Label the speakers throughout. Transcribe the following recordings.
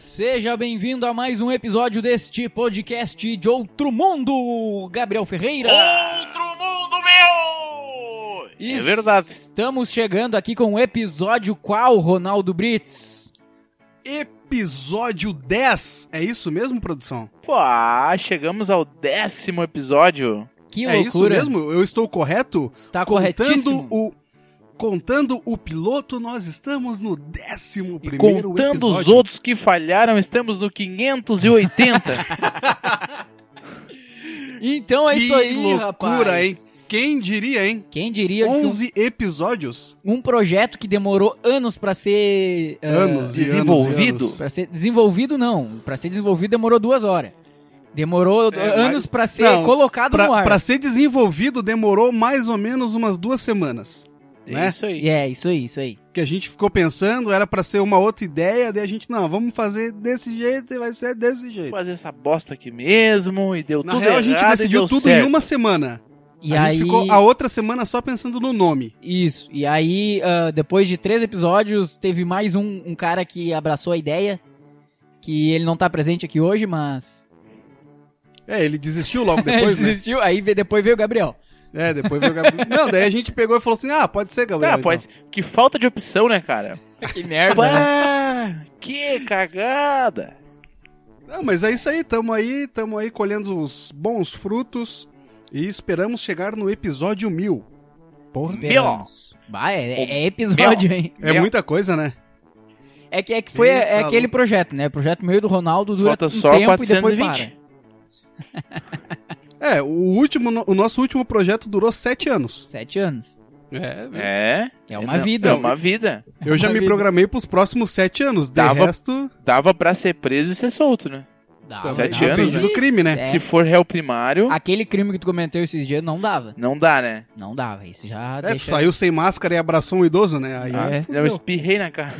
Speaker 1: Seja bem-vindo a mais um episódio deste podcast de Outro Mundo, Gabriel Ferreira.
Speaker 2: É
Speaker 3: Outro mundo meu!
Speaker 1: E
Speaker 3: É verdade.
Speaker 1: Estamos chegando aqui com o episódio qual, Ronaldo Brits?
Speaker 2: Episódio 10. É isso mesmo, produção?
Speaker 3: Pô, ah, chegamos ao décimo episódio.
Speaker 1: Que
Speaker 2: é isso
Speaker 1: loucura.
Speaker 2: mesmo? Eu estou correto?
Speaker 3: Tá
Speaker 1: Está
Speaker 2: contando
Speaker 1: corretíssimo.
Speaker 2: o Contando o piloto, nós estamos no décimo
Speaker 3: E
Speaker 2: primeiro
Speaker 3: contando
Speaker 2: episódio.
Speaker 3: os outros que falharam, estamos no 580.
Speaker 1: Então é
Speaker 2: que
Speaker 1: isso aí,
Speaker 2: loucura,
Speaker 1: rapaz.
Speaker 2: hein? Quem diria, hein?
Speaker 1: Quem diria que um-
Speaker 2: 11 episódios.
Speaker 1: um projeto que demorou anos pra ser ah,
Speaker 2: anos e anos e
Speaker 3: É, desenvolvido. Tá
Speaker 2: anos.
Speaker 1: Pra ser desenvolvido, não. Pra ser desenvolvido demorou duas horas. Demorou
Speaker 2: É,
Speaker 1: anos
Speaker 2: mas-
Speaker 1: pra ser
Speaker 2: não,
Speaker 1: colocado no
Speaker 2: Pra,
Speaker 1: ar.
Speaker 2: pra ser desenvolvido, demorou mais ou menos umas duas semanas.
Speaker 3: é
Speaker 2: Né?
Speaker 3: isso aí.
Speaker 1: E É, isso aí, isso aí.
Speaker 2: Que a gente ficou pensando, era pra ser uma outra ideia, daí a gente, não, vamos fazer desse jeito e vai ser desse
Speaker 3: Vou
Speaker 2: jeito.
Speaker 3: Fazer essa bosta aqui mesmo e deu
Speaker 2: Na
Speaker 3: tudo
Speaker 2: real, a
Speaker 3: errado.
Speaker 2: gente
Speaker 3: e deu
Speaker 2: decidiu tudo
Speaker 3: certo.
Speaker 2: em uma semana.
Speaker 1: E
Speaker 2: a
Speaker 1: aí.
Speaker 2: gente ficou a outra semana só pensando no nome.
Speaker 1: Isso. E aí, ah, depois de três episódios, teve mais um, um cara que abraçou a ideia. Que ele não tá presente aqui hoje, mas.
Speaker 2: É, ele desistiu logo
Speaker 1: ele
Speaker 2: depois, né?
Speaker 1: desistiu. Aí ve- depois veio o Gabriel.
Speaker 2: É, depois veio o Gabriel. Não, daí a gente pegou e falou assim: ah, pode ser, Gabriel.
Speaker 3: Ah, pode ser. Que falta de opção, né, cara?
Speaker 1: que
Speaker 2: É
Speaker 3: né?
Speaker 1: merda.
Speaker 3: Pá, que cagada.
Speaker 2: então. Não, mas é isso aí, tamo aí, tamo aí colhendo os bons frutos e esperamos chegar no episódio mil.
Speaker 3: Hum.
Speaker 2: Porra,
Speaker 1: Esperamos. Bah, é, é episódio, hein?
Speaker 2: é
Speaker 3: Meu.
Speaker 2: muita coisa, né?
Speaker 1: É que, é que foi
Speaker 2: Sim,
Speaker 1: é
Speaker 2: tá
Speaker 1: aquele
Speaker 2: louco.
Speaker 1: projeto, né? O projeto meio do Ronaldo dura
Speaker 3: Falta
Speaker 1: um
Speaker 3: só
Speaker 1: tempo e depois
Speaker 3: 420.
Speaker 1: para.
Speaker 2: É, o último, o nosso último projeto durou sete anos.
Speaker 1: Sete anos.
Speaker 2: É,
Speaker 3: É.
Speaker 1: É uma
Speaker 3: não,
Speaker 1: vida.
Speaker 3: É uma vida.
Speaker 2: Eu já me programei pros próximos sete anos. De
Speaker 3: Dava-
Speaker 2: resto,
Speaker 3: Dava pra ser preso e ser solto, né?
Speaker 1: Dá,
Speaker 2: também
Speaker 3: sete
Speaker 1: dá.
Speaker 2: depende
Speaker 3: anos, né?
Speaker 2: do crime, né?
Speaker 1: É. Ah.
Speaker 3: Se for réu primário,
Speaker 1: Aquele crime que tu comentou esses dias não dava.
Speaker 3: não dá, né?
Speaker 1: Não dava. Isso já
Speaker 2: É, tu
Speaker 1: deixa...
Speaker 2: saiu sem máscara e abraçou um idoso, né? Aí
Speaker 3: Ah,
Speaker 2: é,
Speaker 3: eu
Speaker 2: fudeu.
Speaker 3: espirrei na cara.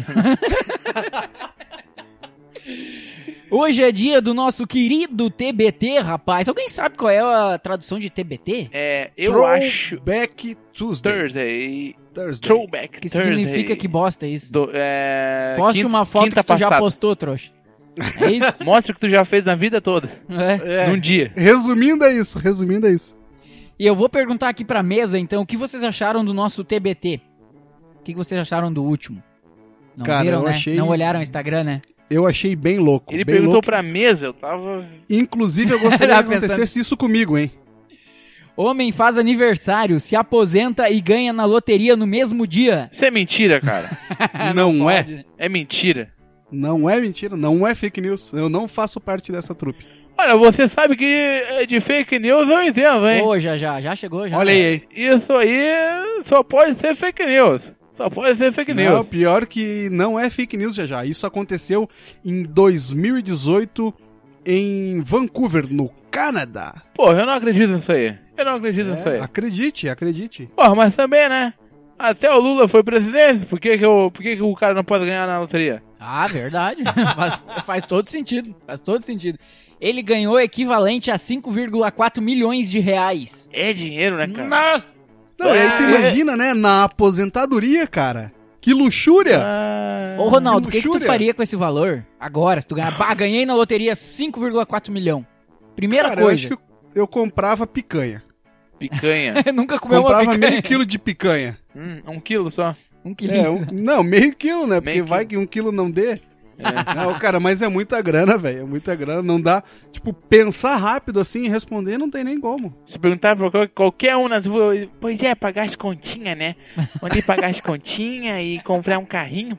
Speaker 1: Hoje é dia do nosso querido TBT, rapaz. Alguém sabe qual é a tradução de TBT?
Speaker 3: É, eu
Speaker 2: Throwback
Speaker 3: acho
Speaker 2: Tuesday.
Speaker 3: Thursday,
Speaker 2: Thursday.
Speaker 3: throwback
Speaker 1: Que
Speaker 3: Thursday.
Speaker 1: significa que bosta isso.
Speaker 3: Do, é,
Speaker 1: Poste
Speaker 3: quinta-
Speaker 1: uma foto que
Speaker 3: quinta
Speaker 1: tu já
Speaker 3: passada.
Speaker 1: postou, trouxa. É isso?
Speaker 3: Mostra o que tu já fez na vida toda,
Speaker 1: É.
Speaker 2: É.
Speaker 3: num dia.
Speaker 2: Resumindo é isso, resumindo é isso.
Speaker 1: E eu vou perguntar aqui pra mesa, então, o que vocês acharam do nosso TBT? O que que vocês acharam do último? Não
Speaker 2: Cara,
Speaker 1: viram,
Speaker 2: eu
Speaker 1: né?
Speaker 2: achei-
Speaker 1: Não olharam o Instagram, né?
Speaker 2: Eu achei bem louco.
Speaker 3: Ele
Speaker 2: bem
Speaker 3: perguntou
Speaker 2: louco.
Speaker 3: pra mesa, eu tava...
Speaker 2: Inclusive, eu gostaria que
Speaker 1: Tava pensando.
Speaker 2: acontecesse isso comigo, hein?
Speaker 1: Homem faz aniversário, se aposenta e ganha na loteria no mesmo dia.
Speaker 3: Isso é mentira, cara.
Speaker 2: não é.
Speaker 1: Pode, né?
Speaker 3: é mentira.
Speaker 2: Não é mentira, não é fake news. Eu não faço parte dessa trupe.
Speaker 3: Olha, você sabe que é, de fake news eu entendo, hein?
Speaker 1: Ô, já, já, já chegou, já.
Speaker 2: Olha aí, hein?
Speaker 3: Isso aí só pode ser fake news. Só pode ser fake
Speaker 2: Não,
Speaker 3: news.
Speaker 2: pior que não é fake news já já. Isso aconteceu em 2018 em Vancouver, no Canadá.
Speaker 3: Porra, eu não acredito nisso aí. Eu não acredito nisso aí.
Speaker 2: É, acredite, acredite.
Speaker 3: Porra, mas também, né? Até o Lula foi presidente, por que, que, eu, por que, que o cara não pode ganhar na loteria?
Speaker 1: Ah, verdade. faz, faz todo sentido. Faz todo sentido. Ele ganhou equivalente a 5,4 milhões de reais.
Speaker 3: É dinheiro, né, cara?
Speaker 1: Nossa!
Speaker 2: Não, e aí tu
Speaker 3: Ah,
Speaker 2: imagina, né? Na aposentadoria, cara. Que luxúria!
Speaker 3: Ah,
Speaker 1: Ô, Ronaldo, o que, que tu
Speaker 2: luxúria.
Speaker 1: faria com esse valor agora, se tu ganhar? Bah, ganhei na loteria 5,4 milhão. Primeira
Speaker 2: cara, eu acho
Speaker 1: coisa,
Speaker 2: que eu- eu comprava picanha.
Speaker 3: Picanha.
Speaker 1: nunca comeu é uma
Speaker 2: Comprava
Speaker 1: picanha.
Speaker 2: meio quilo de picanha.
Speaker 3: Hum, um quilo só.
Speaker 1: Um
Speaker 2: É,
Speaker 1: quilinho.
Speaker 2: um- não, meio quilo, né? Porque
Speaker 3: Meio
Speaker 2: vai
Speaker 3: quilo.
Speaker 2: que um quilo não dê.
Speaker 3: É.
Speaker 2: Não, cara, mas é muita grana, velho. É muita grana. Não dá. Tipo, pensar rápido assim e responder não tem nem como.
Speaker 3: Se perguntar pra qual- qualquer um nas ruas, pois é, pagar as continhas, né? Onde pagar as continhas e comprar um carrinho.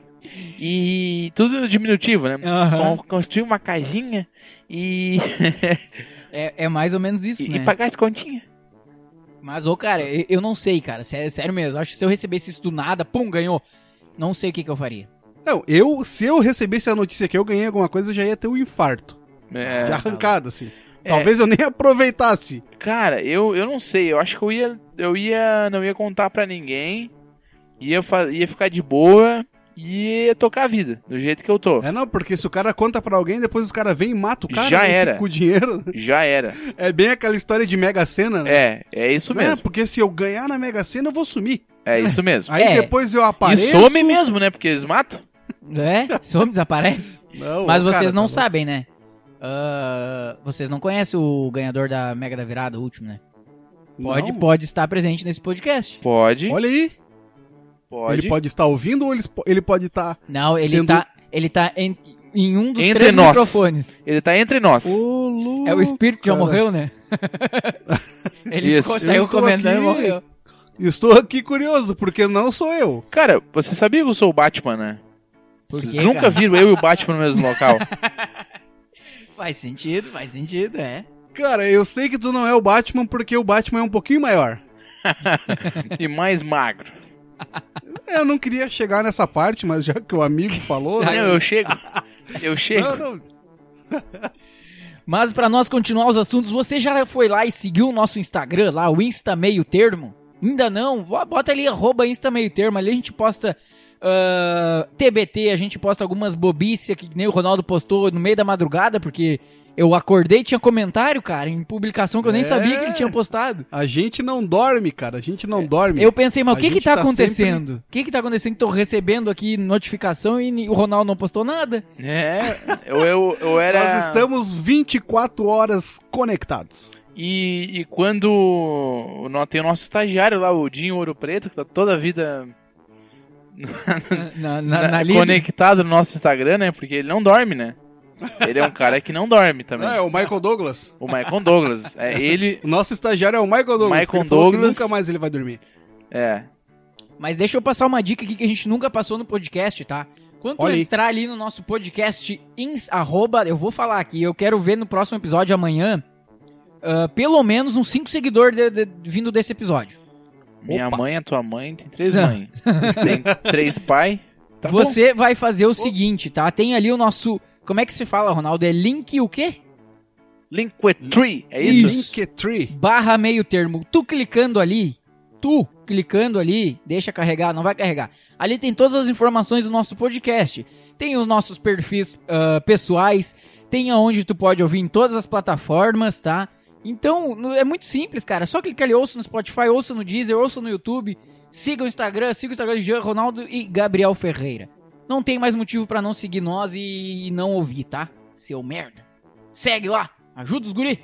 Speaker 3: E tudo no diminutivo,
Speaker 2: É, um
Speaker 3: né?
Speaker 1: Aham.
Speaker 3: Con- Construir uma casinha e,
Speaker 1: É, é mais ou menos isso,
Speaker 3: e
Speaker 1: né?
Speaker 3: pagar as continhas.
Speaker 1: Mas, ô, cara, eu, eu não sei, cara. Sério, sério mesmo. Acho que se eu recebesse isso do nada, pum, ganhou. Não sei o que, que eu faria.
Speaker 2: Não, eu, se eu recebesse a notícia que eu ganhei alguma coisa, eu já ia ter um infarto.
Speaker 3: É.
Speaker 2: de arrancada, assim.
Speaker 3: É.
Speaker 2: Talvez eu nem aproveitasse.
Speaker 3: Cara, eu, eu não sei, eu acho que eu ia eu ia não ia contar pra ninguém. Ia fa- ia ficar de boa e ia tocar a vida do jeito que eu tô.
Speaker 2: É, não, porque se o cara conta pra alguém, depois os cara vem e mata o cara
Speaker 3: Já
Speaker 2: né, e
Speaker 3: era.
Speaker 2: fica com o dinheiro.
Speaker 3: Já era.
Speaker 2: É bem aquela história de Mega Sena, né?
Speaker 3: É, é isso
Speaker 2: Né,
Speaker 3: mesmo.
Speaker 2: porque se eu ganhar na Mega Sena, eu vou sumir.
Speaker 3: É isso mesmo.
Speaker 2: Aí
Speaker 1: É.
Speaker 2: depois eu
Speaker 3: E
Speaker 2: apareço.
Speaker 3: some mesmo, né? Porque eles matam.
Speaker 1: É? Esse homem desaparece?
Speaker 2: Não,
Speaker 1: Mas
Speaker 2: o
Speaker 1: vocês
Speaker 2: cara
Speaker 1: não
Speaker 2: tá louco.
Speaker 1: sabem, né? Ah, vocês não conhecem o ganhador da Mega da Virada, o último, né? Pode,
Speaker 2: Não.
Speaker 1: pode estar presente nesse podcast.
Speaker 3: Pode,
Speaker 2: Olha aí.
Speaker 3: pode.
Speaker 2: Ele pode estar ouvindo ou ele, ele pode estar.
Speaker 1: Não, ele
Speaker 2: Sendo-
Speaker 1: tá, ele tá em, em um dos
Speaker 3: Entre
Speaker 1: três
Speaker 3: nós.
Speaker 1: microfones.
Speaker 3: Ele tá entre nós.
Speaker 2: Ô, louco,
Speaker 1: É o espírito que já
Speaker 2: Uh, cara.
Speaker 1: morreu, né? ele
Speaker 3: Isso.
Speaker 1: ficou-
Speaker 2: Eu
Speaker 1: saiu
Speaker 2: estou
Speaker 1: comendando e
Speaker 2: aqui.
Speaker 1: morreu.
Speaker 2: Estou aqui curioso, porque não sou eu.
Speaker 3: Cara, você sabia que eu sou o Batman, né?
Speaker 1: Por
Speaker 3: Vocês
Speaker 1: quê,
Speaker 3: nunca
Speaker 1: cara?
Speaker 3: viram eu e o Batman no mesmo local.
Speaker 1: Faz sentido, faz sentido, é.
Speaker 2: Cara, eu sei que tu não é o Batman porque o Batman é um pouquinho maior.
Speaker 3: e mais magro.
Speaker 2: Eu não queria chegar nessa parte, mas já que o amigo falou.
Speaker 3: Não,
Speaker 2: né?
Speaker 3: eu chego. Eu chego.
Speaker 2: Não, não.
Speaker 1: Mas pra nós continuar os assuntos, você já foi lá e seguiu o nosso Instagram lá, o Insta Meio Termo? Ainda não? Bo- Bota ali, arroba Insta Meio Termo, ali a gente posta ah, TBT, a gente posta algumas bobícias que nem o Ronaldo postou no meio da madrugada, porque eu acordei e tinha comentário, cara, em publicação que eu nem
Speaker 2: É.
Speaker 1: sabia que ele tinha postado.
Speaker 2: A gente não dorme, cara. A gente não dorme.
Speaker 1: Eu pensei, mas o
Speaker 2: A
Speaker 1: que que
Speaker 2: gente
Speaker 1: tá,
Speaker 2: tá
Speaker 1: acontecendo? O que que tá acontecendo? Tô recebendo aqui notificação e ni- o Ronaldo não postou nada.
Speaker 3: É, eu, eu, eu era.
Speaker 2: Nós estamos 24 horas conectados.
Speaker 3: E, e quando o no- tem o nosso estagiário lá, o Dinho Ouro Preto, que tá toda a vida
Speaker 1: Na, na,
Speaker 3: na-
Speaker 1: na lida.
Speaker 3: conectado no nosso Instagram, né? Porque ele não dorme, né? Ele é um cara que não dorme também.
Speaker 2: Não, é o Michael Douglas.
Speaker 3: O Michael Douglas. É ele.
Speaker 2: O nosso estagiário é o Michael Douglas.
Speaker 3: Michael
Speaker 2: porque ele falou que
Speaker 3: Douglas.
Speaker 2: Nunca mais ele vai dormir.
Speaker 3: É.
Speaker 1: Mas deixa eu passar uma dica aqui que a gente nunca passou no podcast, tá? Quando tu
Speaker 2: Olha aí.
Speaker 1: entrar ali no nosso podcast, ins, arroba, eu vou falar aqui, eu quero ver no próximo episódio amanhã, ah, pelo menos uns 5 seguidores de- de- vindo desse episódio.
Speaker 3: Minha
Speaker 2: Opa.
Speaker 3: mãe, a tua mãe, tem três
Speaker 1: Não.
Speaker 3: mães. Tem três pai. Tá bom.
Speaker 1: Você vai fazer o seguinte, tá? Tem ali o nosso. Como é que se fala, Ronaldo? É link o quê?
Speaker 3: Linktree, é isso?
Speaker 2: Linktree.
Speaker 1: Barra meio termo. Tu clicando ali, tu clicando ali, deixa carregar, não vai carregar. Ali tem todas as informações do nosso podcast. Tem os nossos perfis ah, pessoais, tem aonde tu pode ouvir em todas as plataformas, tá? Então, no- é muito simples, cara. É Só clicar ali, ouça no Spotify, ouça no Deezer, ouça no YouTube. Siga o Instagram, siga o Instagram de Jean Ronaldo e Gabriel Ferreira. Não tem mais motivo pra não seguir nós e, e não ouvir, tá? Seu merda. Segue lá, ajuda os guri.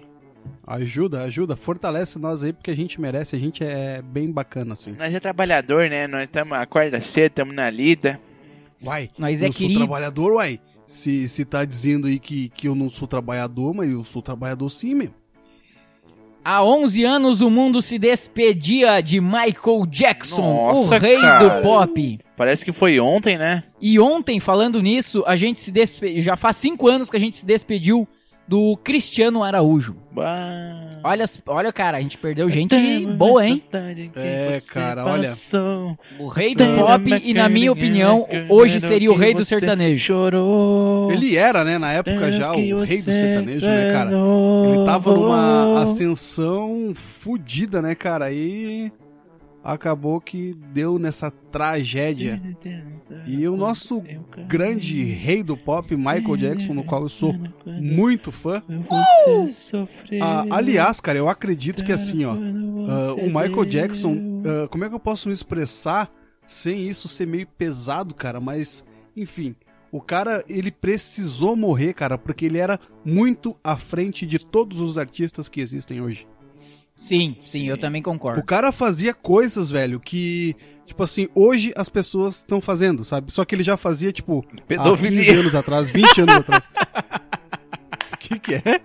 Speaker 2: Ajuda, ajuda. Fortalece nós aí, porque a gente merece. A gente é bem bacana, assim.
Speaker 3: Nós é trabalhador, né? Nós estamos acorda cedo, estamos na lida.
Speaker 2: Uai,
Speaker 1: Nós é
Speaker 2: eu sou
Speaker 1: querido.
Speaker 2: trabalhador, uai. Se, se tá dizendo aí que, que eu não sou trabalhador, mas eu sou trabalhador sim, meu.
Speaker 1: Há 11 anos o mundo se despedia de Michael Jackson,
Speaker 3: Nossa,
Speaker 1: o rei
Speaker 3: cara.
Speaker 1: do pop.
Speaker 3: Parece que foi ontem, né?
Speaker 1: E ontem, falando nisso, a gente se despediu. Já faz 5 anos que a gente se despediu do Cristiano Araújo.
Speaker 3: Bah.
Speaker 1: Olha, olha, cara, a gente perdeu gente boa, hein?
Speaker 2: É, cara, olha.
Speaker 1: O rei do pop e, na minha opinião, hoje seria o rei do sertanejo. Oh,
Speaker 3: Chorou.
Speaker 2: Ele era, né, na
Speaker 1: é
Speaker 2: época já, o rei do sertanejo, né, cara? Ele tava numa ascensão fodida, né, cara? E acabou que deu nessa tragédia. E o nosso grande rei do pop,
Speaker 1: É.
Speaker 2: Michael Jackson, no qual eu sou muito fã. Ah,
Speaker 3: é
Speaker 2: aliás, cara, eu acredito que assim, ó, ah, o Michael Jackson, ah, como é que eu posso me expressar sem isso ser meio pesado, cara? Mas, enfim, o cara, ele precisou morrer, cara, porque ele era muito à frente de todos os artistas que existem hoje.
Speaker 1: Sim, sim, eu também
Speaker 2: O
Speaker 1: concordo.
Speaker 2: cara fazia coisas, velho, que, tipo assim, hoje as pessoas estão fazendo, sabe? Só que ele já fazia, tipo, Há 15
Speaker 3: Pedofilia.
Speaker 2: anos atrás, 20 anos atrás. O que, que é?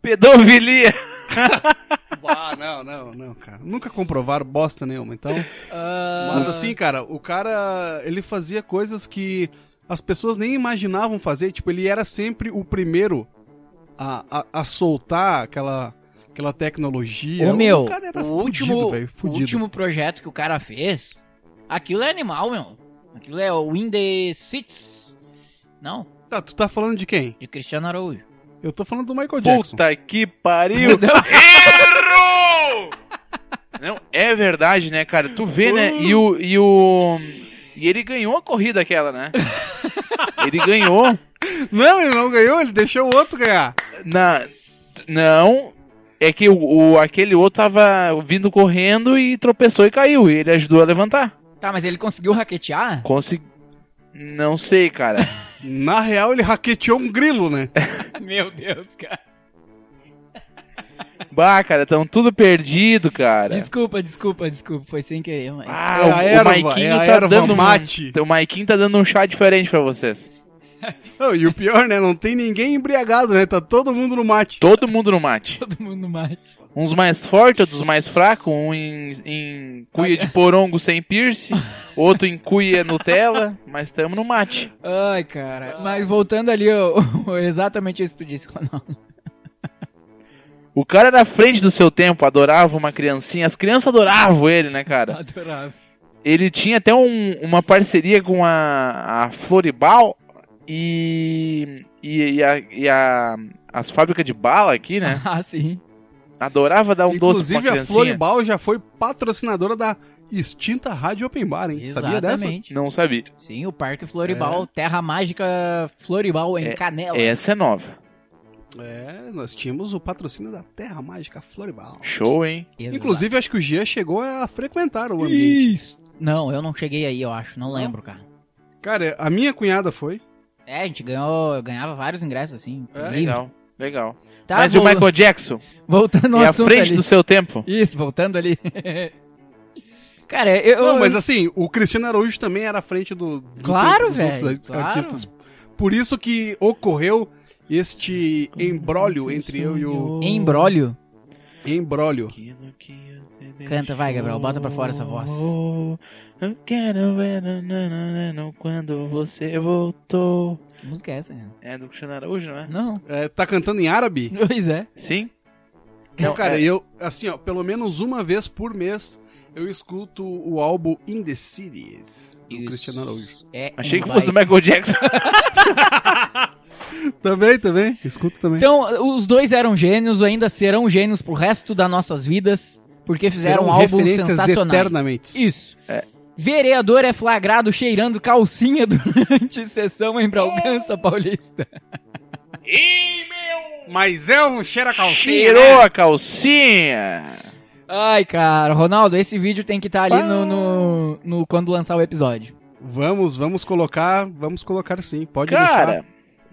Speaker 3: Pedofilia.
Speaker 2: Ah, não, não, não, cara. Nunca comprovaram bosta nenhuma, então.
Speaker 1: Ah,
Speaker 2: Mas assim, cara, o cara, ele fazia coisas que as pessoas nem imaginavam fazer. Tipo, ele era sempre o primeiro a, a, a soltar aquela, aquela tecnologia.
Speaker 1: Ô, meu,
Speaker 2: é um cara era
Speaker 1: o
Speaker 2: fudido,
Speaker 1: último,
Speaker 2: velho,
Speaker 1: o
Speaker 2: fudido.
Speaker 1: último projeto que o cara fez, aquilo é animal, meu. Aquilo é o In The Seats. Não,
Speaker 2: Tá, tu tá falando de quem?
Speaker 1: de Cristiano Araújo.
Speaker 2: Eu tô falando do Michael Jackson.
Speaker 3: Puta que pariu. Errou! Não, é verdade, né, cara? Tu vê, né? E o. E, o... e ele ganhou a corrida aquela, né? Ele ganhou.
Speaker 2: Não, ele não ganhou, ele deixou o outro ganhar.
Speaker 3: Na... Não. É que o, o- aquele outro tava vindo correndo e tropeçou e caiu. E ele ajudou a levantar.
Speaker 1: Tá, mas ele conseguiu raquetear?
Speaker 3: Consegui... Não sei, cara.
Speaker 2: Na real, ele raqueteou um grilo, né?
Speaker 1: Meu Deus, cara.
Speaker 3: Bah, cara, tão tudo perdido, cara.
Speaker 1: Desculpa, desculpa, desculpa. Foi sem querer, mas.
Speaker 3: Ah,
Speaker 2: É a
Speaker 3: o, o
Speaker 2: erva,
Speaker 3: Maiquinho
Speaker 2: é a
Speaker 3: tá
Speaker 2: erva
Speaker 3: dando um-
Speaker 2: mate.
Speaker 3: o Maiquinho tá dando um chá diferente pra vocês.
Speaker 2: Não, e o pior, né? Não tem ninguém embriagado, né? Tá todo mundo no mate.
Speaker 3: Todo mundo no mate.
Speaker 1: Todo mundo mate.
Speaker 3: Uns mais fortes, outros mais fracos. Um em, em cuia de porongo sem piercing, outro em cuia Nutella, mas tamo no mate.
Speaker 1: Ai, cara. Mas voltando ali, ó, exatamente isso que tu disse, Ronaldo.
Speaker 3: O cara era à frente do seu tempo, adorava uma criancinha. As crianças adoravam ele, né, cara?
Speaker 1: Adorável.
Speaker 3: ele tinha até um- uma parceria com a, a Floribal e, e, e a- e a- as fábricas de bala aqui, né?
Speaker 1: Ah, sim.
Speaker 3: Adorava dar um doce pra uma
Speaker 2: Inclusive, a
Speaker 3: criancinha.
Speaker 2: Floribal já foi patrocinadora da extinta Rádio Open Bar, hein? Sabia dessa? É.
Speaker 1: Exatamente.
Speaker 3: Não sabia.
Speaker 1: Sim, o Parque Floribal, Terra Mágica Floribal em Canela.
Speaker 3: Essa é nova.
Speaker 2: É, nós tínhamos o patrocínio da Terra Mágica Floribal.
Speaker 3: Show, hein?
Speaker 1: Exato.
Speaker 2: Inclusive, acho que o Gia chegou a frequentar o ambiente.
Speaker 1: Isso. Não, eu não cheguei aí, eu acho. Não lembro, cara.
Speaker 2: Cara, a minha cunhada foi.
Speaker 1: É, a gente ganhou, eu ganhava vários ingressos, assim.
Speaker 2: É,
Speaker 1: livre.
Speaker 3: Legal, legal.
Speaker 1: Tá,
Speaker 3: Mas e o
Speaker 1: vol-
Speaker 3: Michael Jackson?
Speaker 1: Voltando ao
Speaker 3: é à
Speaker 1: assunto
Speaker 3: frente
Speaker 1: ali.
Speaker 3: do seu tempo.
Speaker 1: Isso, voltando ali. cara, eu...
Speaker 2: Não, mas assim, o Cristiano Araújo também era à frente do. do
Speaker 1: Claro,
Speaker 2: dos
Speaker 1: velho,
Speaker 2: outros ar-
Speaker 1: claro.
Speaker 2: Por isso que ocorreu este embrólio entre eu e o.
Speaker 3: é-
Speaker 1: Embrólio.
Speaker 2: Embrólio.
Speaker 1: Canta, vai, Gabriel, bota pra fora essa voz.
Speaker 3: Eu quero ver nananana, quando você voltou.
Speaker 1: Que música é essa, cara?
Speaker 3: É do Cristiano Araújo, não é?
Speaker 1: Não.
Speaker 2: É, tá cantando em árabe?
Speaker 1: Pois é.
Speaker 3: Sim?
Speaker 2: Não, cara,
Speaker 3: é-
Speaker 2: eu, assim, ó, pelo menos uma vez por mês eu escuto o álbum In the Cities do Cristiano Araújo.
Speaker 1: É
Speaker 3: Achei
Speaker 1: um
Speaker 3: que fosse do
Speaker 1: baita.
Speaker 3: Michael Jackson.
Speaker 2: Também, também. Escuto também.
Speaker 1: Então, os dois eram gênios, ainda serão gênios pro resto das nossas vidas, porque fizeram
Speaker 2: Serão
Speaker 1: álbuns
Speaker 2: referências
Speaker 1: sensacionais.
Speaker 2: eternamente.
Speaker 1: Isso.
Speaker 3: É.
Speaker 1: Vereador é flagrado cheirando calcinha durante sessão em Bragança Paulista.
Speaker 2: Mas é um cheira
Speaker 3: Cheirou a calcinha. né?
Speaker 1: Ai, cara, Ronaldo, esse vídeo tem que estar ali no, no, no- quando lançar o episódio.
Speaker 2: Vamos, vamos colocar, vamos colocar sim. Pode
Speaker 3: Cara,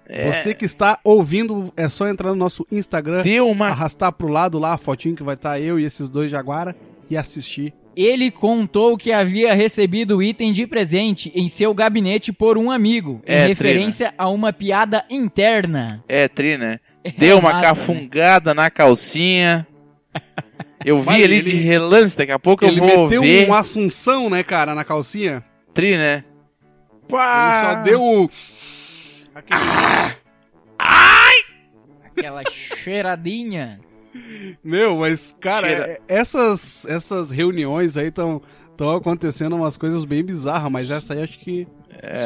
Speaker 3: é
Speaker 2: deixar. Você que está ouvindo, é só entrar no nosso Instagram,
Speaker 3: deu uma.
Speaker 2: arrastar pro lado lá a fotinho que vai estar eu e esses dois jaguara e assistir.
Speaker 1: Ele contou que havia recebido o item de presente em seu gabinete por um amigo, em
Speaker 3: É,
Speaker 1: referência a uma piada interna.
Speaker 3: É, Tri, né? Deu uma
Speaker 1: Massa, né?
Speaker 3: cafungada na calcinha. Eu vi
Speaker 2: Mas
Speaker 3: ele
Speaker 2: ele-
Speaker 3: de relance, daqui a pouco
Speaker 2: Ele
Speaker 3: eu vou
Speaker 2: meteu
Speaker 3: ver.
Speaker 2: um Assunção, né, cara, na calcinha.
Speaker 3: Tri, né?
Speaker 2: Ele
Speaker 3: Pá!
Speaker 2: só deu o.
Speaker 1: Aquela cheiradinha.
Speaker 2: Meu, mas, cara,
Speaker 3: Cheira.
Speaker 2: é- essas, essas reuniões aí estão acontecendo umas coisas bem bizarras, mas essa aí acho que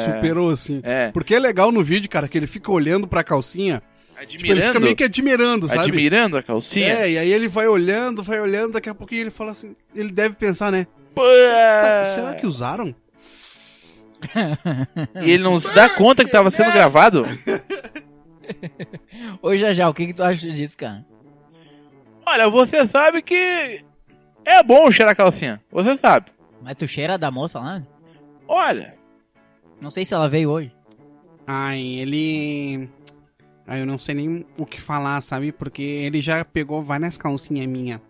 Speaker 2: superou, assim.
Speaker 3: É,
Speaker 2: Porque é legal no vídeo, cara, que ele fica olhando pra calcinha. Tipo, ele fica
Speaker 3: admirando.
Speaker 2: meio que admirando, sabe?
Speaker 3: admirando a calcinha.
Speaker 2: É, e aí ele vai olhando, vai olhando, daqui a pouquinho ele fala assim, ele deve pensar, né?
Speaker 3: Pá! É.
Speaker 2: Tá, será que usaram?
Speaker 3: E ele não se dá conta que tava sendo gravado?
Speaker 1: Ô, Jajá, o que, que tu acha disso, cara?
Speaker 3: Olha, você sabe que é bom cheirar calcinha. Você sabe.
Speaker 1: Mas tu cheira da moça lá?
Speaker 3: Olha,
Speaker 1: Não sei se ela veio hoje.
Speaker 2: Ai, ele... Ai, eu não sei nem o que falar, sabe? Porque ele já pegou várias calcinhas minha.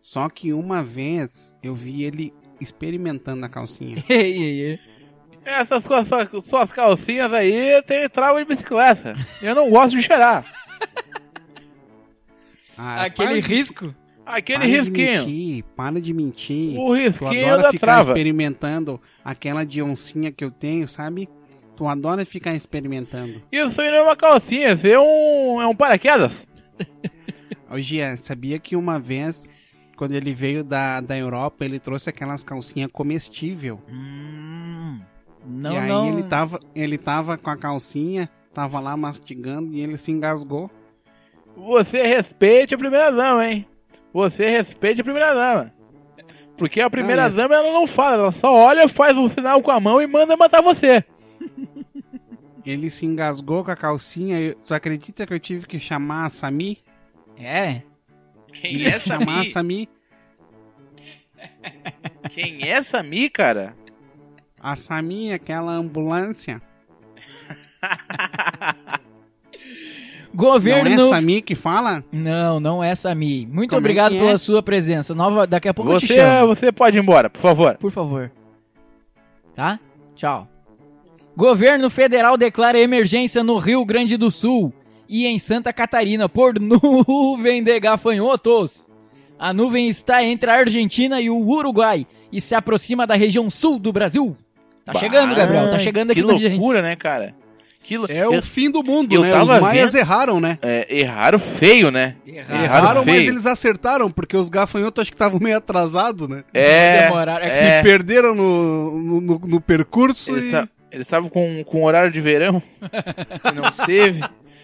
Speaker 2: Só que uma vez eu vi ele experimentando a calcinha.
Speaker 1: Ei, ei, ei.
Speaker 3: essas suas, suas- suas calcinhas aí tem trauma de bicicleta. Eu não gosto de cheirar.
Speaker 2: Ah,
Speaker 1: Aquele risco.
Speaker 3: Aquele risquinho.
Speaker 2: mentir, para de mentir.
Speaker 3: O
Speaker 2: Tu
Speaker 3: risquinho
Speaker 2: adora
Speaker 3: da
Speaker 2: ficar
Speaker 3: trava.
Speaker 2: experimentando aquela de oncinha que eu tenho, sabe? Tu adora ficar experimentando.
Speaker 3: Isso aí não é uma calcinha, isso aí é um, é um paraquedas.
Speaker 2: Ô Gia, sabia que uma vez, quando ele veio da, da Europa, ele trouxe aquelas calcinhas comestível.
Speaker 1: Hum, não,
Speaker 2: e aí
Speaker 1: não.
Speaker 2: ele tava, ele tava com a calcinha, tava lá mastigando e ele se engasgou.
Speaker 3: Você respeite a primeira dama, hein? Você respeite a primeira dama. Porque a primeira
Speaker 2: Ah, é.
Speaker 3: dama ela não fala, ela só olha, faz um sinal com a mão e manda matar você.
Speaker 2: Ele se engasgou com a calcinha. Eu, tu acredita que eu tive que chamar a Sami? tá-
Speaker 1: É.
Speaker 3: Quem
Speaker 2: Tive que chamar a Sami?
Speaker 3: Quem é essa Mi, cara?
Speaker 2: A Sami, aquela é ambulância.
Speaker 1: Governo.
Speaker 2: Não é essa minha que fala?
Speaker 1: Não, não é Sami. Muito
Speaker 2: Como é
Speaker 1: obrigado
Speaker 2: que é?
Speaker 1: pela sua presença. Nova, daqui a pouco eu te
Speaker 3: Você,
Speaker 1: chamo.
Speaker 3: você pode ir embora, por favor.
Speaker 1: Por favor. Tá? Tchau. Governo federal declara emergência no Rio Grande do Sul e em Santa Catarina por nuvem de gafanhotos. A nuvem está entre a Argentina e o Uruguai e se aproxima da região sul do Brasil. Tá
Speaker 3: Bah,
Speaker 1: chegando, Gabriel. Tá chegando aqui
Speaker 3: Que
Speaker 1: na gente.
Speaker 3: loucura, né, cara? Que lou-
Speaker 2: É o
Speaker 3: Eu-
Speaker 2: fim do mundo,
Speaker 3: eu
Speaker 2: né? Os
Speaker 3: tava
Speaker 2: maias
Speaker 3: vendo-
Speaker 2: erraram, né?
Speaker 3: é, erraram feio, né?
Speaker 1: Errado.
Speaker 3: Errado
Speaker 2: Erraram, mas
Speaker 3: feio.
Speaker 2: eles acertaram, porque os gafanhotos acho que estavam meio atrasados, né?
Speaker 3: É.
Speaker 1: Demoraram. É que
Speaker 3: é.
Speaker 2: Se perderam no, no, no- no percurso
Speaker 3: Eles
Speaker 2: e...
Speaker 3: ta- eles estavam com, com horário de verão. que não teve.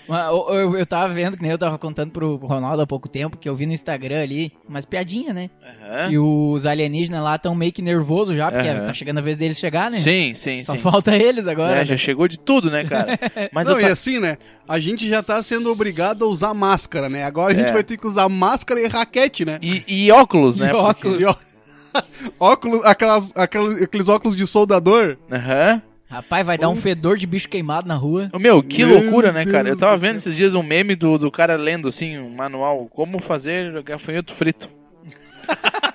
Speaker 1: Mas Ah, Eu, eu, eu tava vendo, que nem eu tava contando pro Ronaldo há pouco tempo, que eu vi no Instagram ali, umas piadinha, né?
Speaker 3: Aham.
Speaker 1: E os alienígenas lá estão meio que nervosos já, porque
Speaker 3: Aham.
Speaker 1: tá chegando a vez deles chegar, né?
Speaker 3: Sim, sim,
Speaker 1: Só
Speaker 3: sim.
Speaker 1: falta eles agora. né?
Speaker 3: É, já chegou de tudo, né, cara? Mas
Speaker 2: né? Não,
Speaker 3: eu
Speaker 2: e
Speaker 3: ta-
Speaker 2: assim, né? A gente já tá sendo obrigado a usar máscara, né? Agora a gente
Speaker 3: É.
Speaker 2: vai ter que usar máscara e raquete, né?
Speaker 3: e, e óculos, né?
Speaker 1: E
Speaker 3: porque-
Speaker 1: óculos.
Speaker 2: E ó- óculos, aquelas, aquela- aqueles óculos de soldador.
Speaker 3: Aham.
Speaker 1: Rapaz, vai dar um fedor de bicho queimado na rua.
Speaker 3: Ô, Meu, que
Speaker 2: Meu
Speaker 3: loucura, né, cara?
Speaker 2: Deus
Speaker 3: Eu tava
Speaker 2: do
Speaker 3: vendo
Speaker 2: céu.
Speaker 3: esses dias um meme do, do cara lendo, assim, um manual, como fazer gafanhoto frito.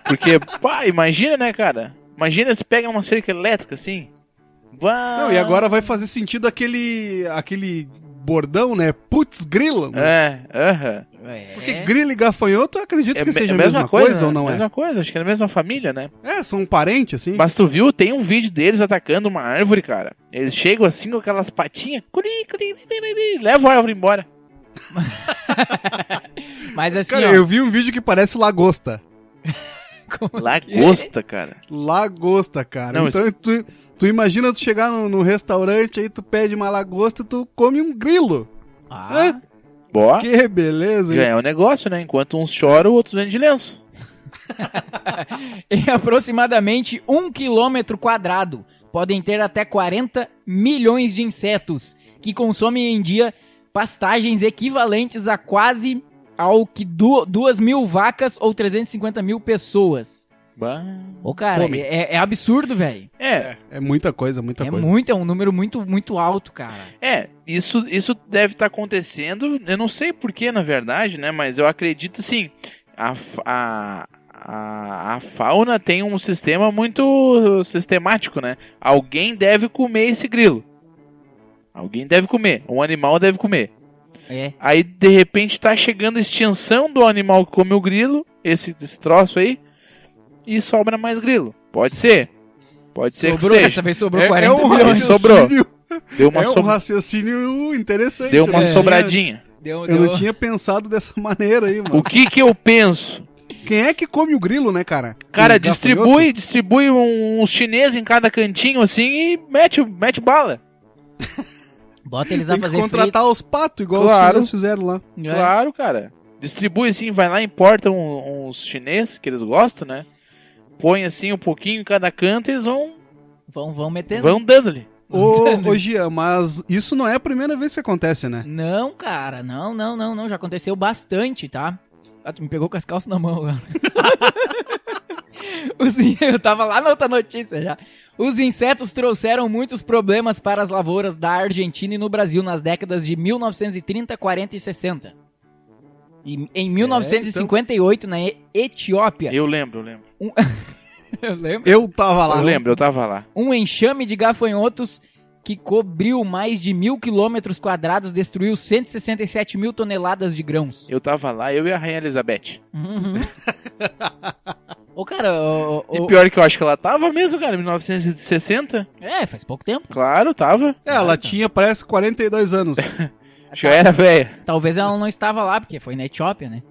Speaker 3: Porque, pá, imagina, né, cara? Imagina se pega uma cerca elétrica, assim. Bah.
Speaker 2: Não, e agora vai fazer sentido aquele, aquele bordão, né? Putz, grila. né?
Speaker 3: É, aham.
Speaker 1: É.
Speaker 2: Porque grila e gafanhoto eu acredito
Speaker 3: É
Speaker 2: que
Speaker 3: me-
Speaker 2: seja a mesma, coisa,
Speaker 3: coisa
Speaker 2: ou não é?
Speaker 3: Mesma coisa, acho que é da mesma família, né?
Speaker 2: É, são parentes, assim.
Speaker 3: Mas tu viu, tem um vídeo deles atacando uma árvore, cara. Eles chegam assim com aquelas patinhas, curi, curi, curi, curi, levam a árvore embora.
Speaker 1: Mas assim,
Speaker 2: Cara,
Speaker 1: ó,
Speaker 2: eu vi um vídeo que parece lagosta.
Speaker 1: como- é?
Speaker 3: Lagosta, cara.
Speaker 2: Lagosta, cara.
Speaker 3: Não,
Speaker 2: então tu, tu imagina tu chegar no, no restaurante, aí tu pede uma lagosta e tu come um grilo.
Speaker 1: Ah,
Speaker 3: Bora.
Speaker 2: Que beleza, hein?
Speaker 3: Ganhar o negócio, né? Enquanto uns choram, outros vendem de lenço.
Speaker 1: em aproximadamente um quilômetro quadrado, podem ter até 40 milhões de insetos, que consomem em dia pastagens equivalentes a quase ao que du duas mil vacas ou 350 mil pessoas. Ô, cara,
Speaker 2: Come.
Speaker 1: é, é absurdo, velho.
Speaker 3: É,
Speaker 2: É muita coisa, muita
Speaker 1: É
Speaker 2: coisa.
Speaker 1: muito, é um número muito, muito alto, cara.
Speaker 3: é. Isso, isso deve estar acontecendo. Eu não sei porquê, na verdade, né? Mas eu acredito sim. A, fa- a, a, a fauna tem um sistema muito sistemático, né? Alguém deve comer esse grilo. Alguém deve comer. Um animal deve comer.
Speaker 1: É.
Speaker 3: Aí, de repente, tá chegando a extinção do animal que come o grilo, esse, esse troço aí, e sobra mais grilo. Pode ser. Pode ser
Speaker 1: Sobrou,
Speaker 3: que seja.
Speaker 1: dessa vez sobrou
Speaker 2: É- é
Speaker 1: 40
Speaker 2: um
Speaker 1: milhões.
Speaker 3: raciocínio. Sobrou. Deu uma,
Speaker 2: é um
Speaker 3: so-
Speaker 2: raciocínio interessante.
Speaker 3: deu uma
Speaker 1: É.
Speaker 2: né?
Speaker 3: sobradinha.
Speaker 1: Deu,
Speaker 2: Eu
Speaker 1: deu.
Speaker 2: não tinha pensado dessa maneira aí, mano.
Speaker 3: O que que eu penso?
Speaker 2: Quem é que come o grilo, né, cara?
Speaker 3: Cara,
Speaker 2: O
Speaker 3: distribui, distribui um- uns chineses em cada cantinho assim e mete, mete bala.
Speaker 1: Bota eles
Speaker 2: gafanhoto?
Speaker 1: a
Speaker 2: Tem
Speaker 1: fazer
Speaker 2: que contratar os patos, igual
Speaker 3: Claro.
Speaker 2: os chineses fizeram lá.
Speaker 1: frito. É.
Speaker 3: Claro, cara. Distribui assim, vai lá, importa um- uns chineses que eles gostam, né? Põe assim um pouquinho em cada canto e eles vão,
Speaker 1: Vão, vão metendo.
Speaker 3: vão dando-lhe.
Speaker 2: Ô, ô, Gia, mas isso não é a primeira vez que acontece, né?
Speaker 1: Não, cara, não, não, não, não. Já aconteceu bastante, tá? Ah, tu me pegou com as calças na mão agora. Os in- eu tava lá na outra notícia já. Os insetos trouxeram muitos problemas para as lavouras da Argentina e no Brasil nas décadas de 1930, 40 e 60. E
Speaker 2: É, então.
Speaker 1: em 1958, na E- Etiópia,
Speaker 3: Eu lembro, eu lembro.
Speaker 1: eu lembro,
Speaker 2: Eu tava lá.
Speaker 3: Eu lembro, eu tava lá.
Speaker 1: um enxame de gafanhotos que cobriu mais de mil quilômetros quadrados destruiu 167 mil toneladas de grãos.
Speaker 3: Eu tava lá, eu e a Rainha Elizabeth.
Speaker 1: Uhum. Ô, cara, ô, ô,
Speaker 3: E pior que eu acho que ela tava mesmo, cara, em 1960.
Speaker 1: é, faz pouco tempo.
Speaker 3: Claro, tava.
Speaker 2: É, Ela tinha, parece, 42 anos.
Speaker 3: Já era velha.
Speaker 1: Talvez ela não estava lá, porque foi na Etiópia, né?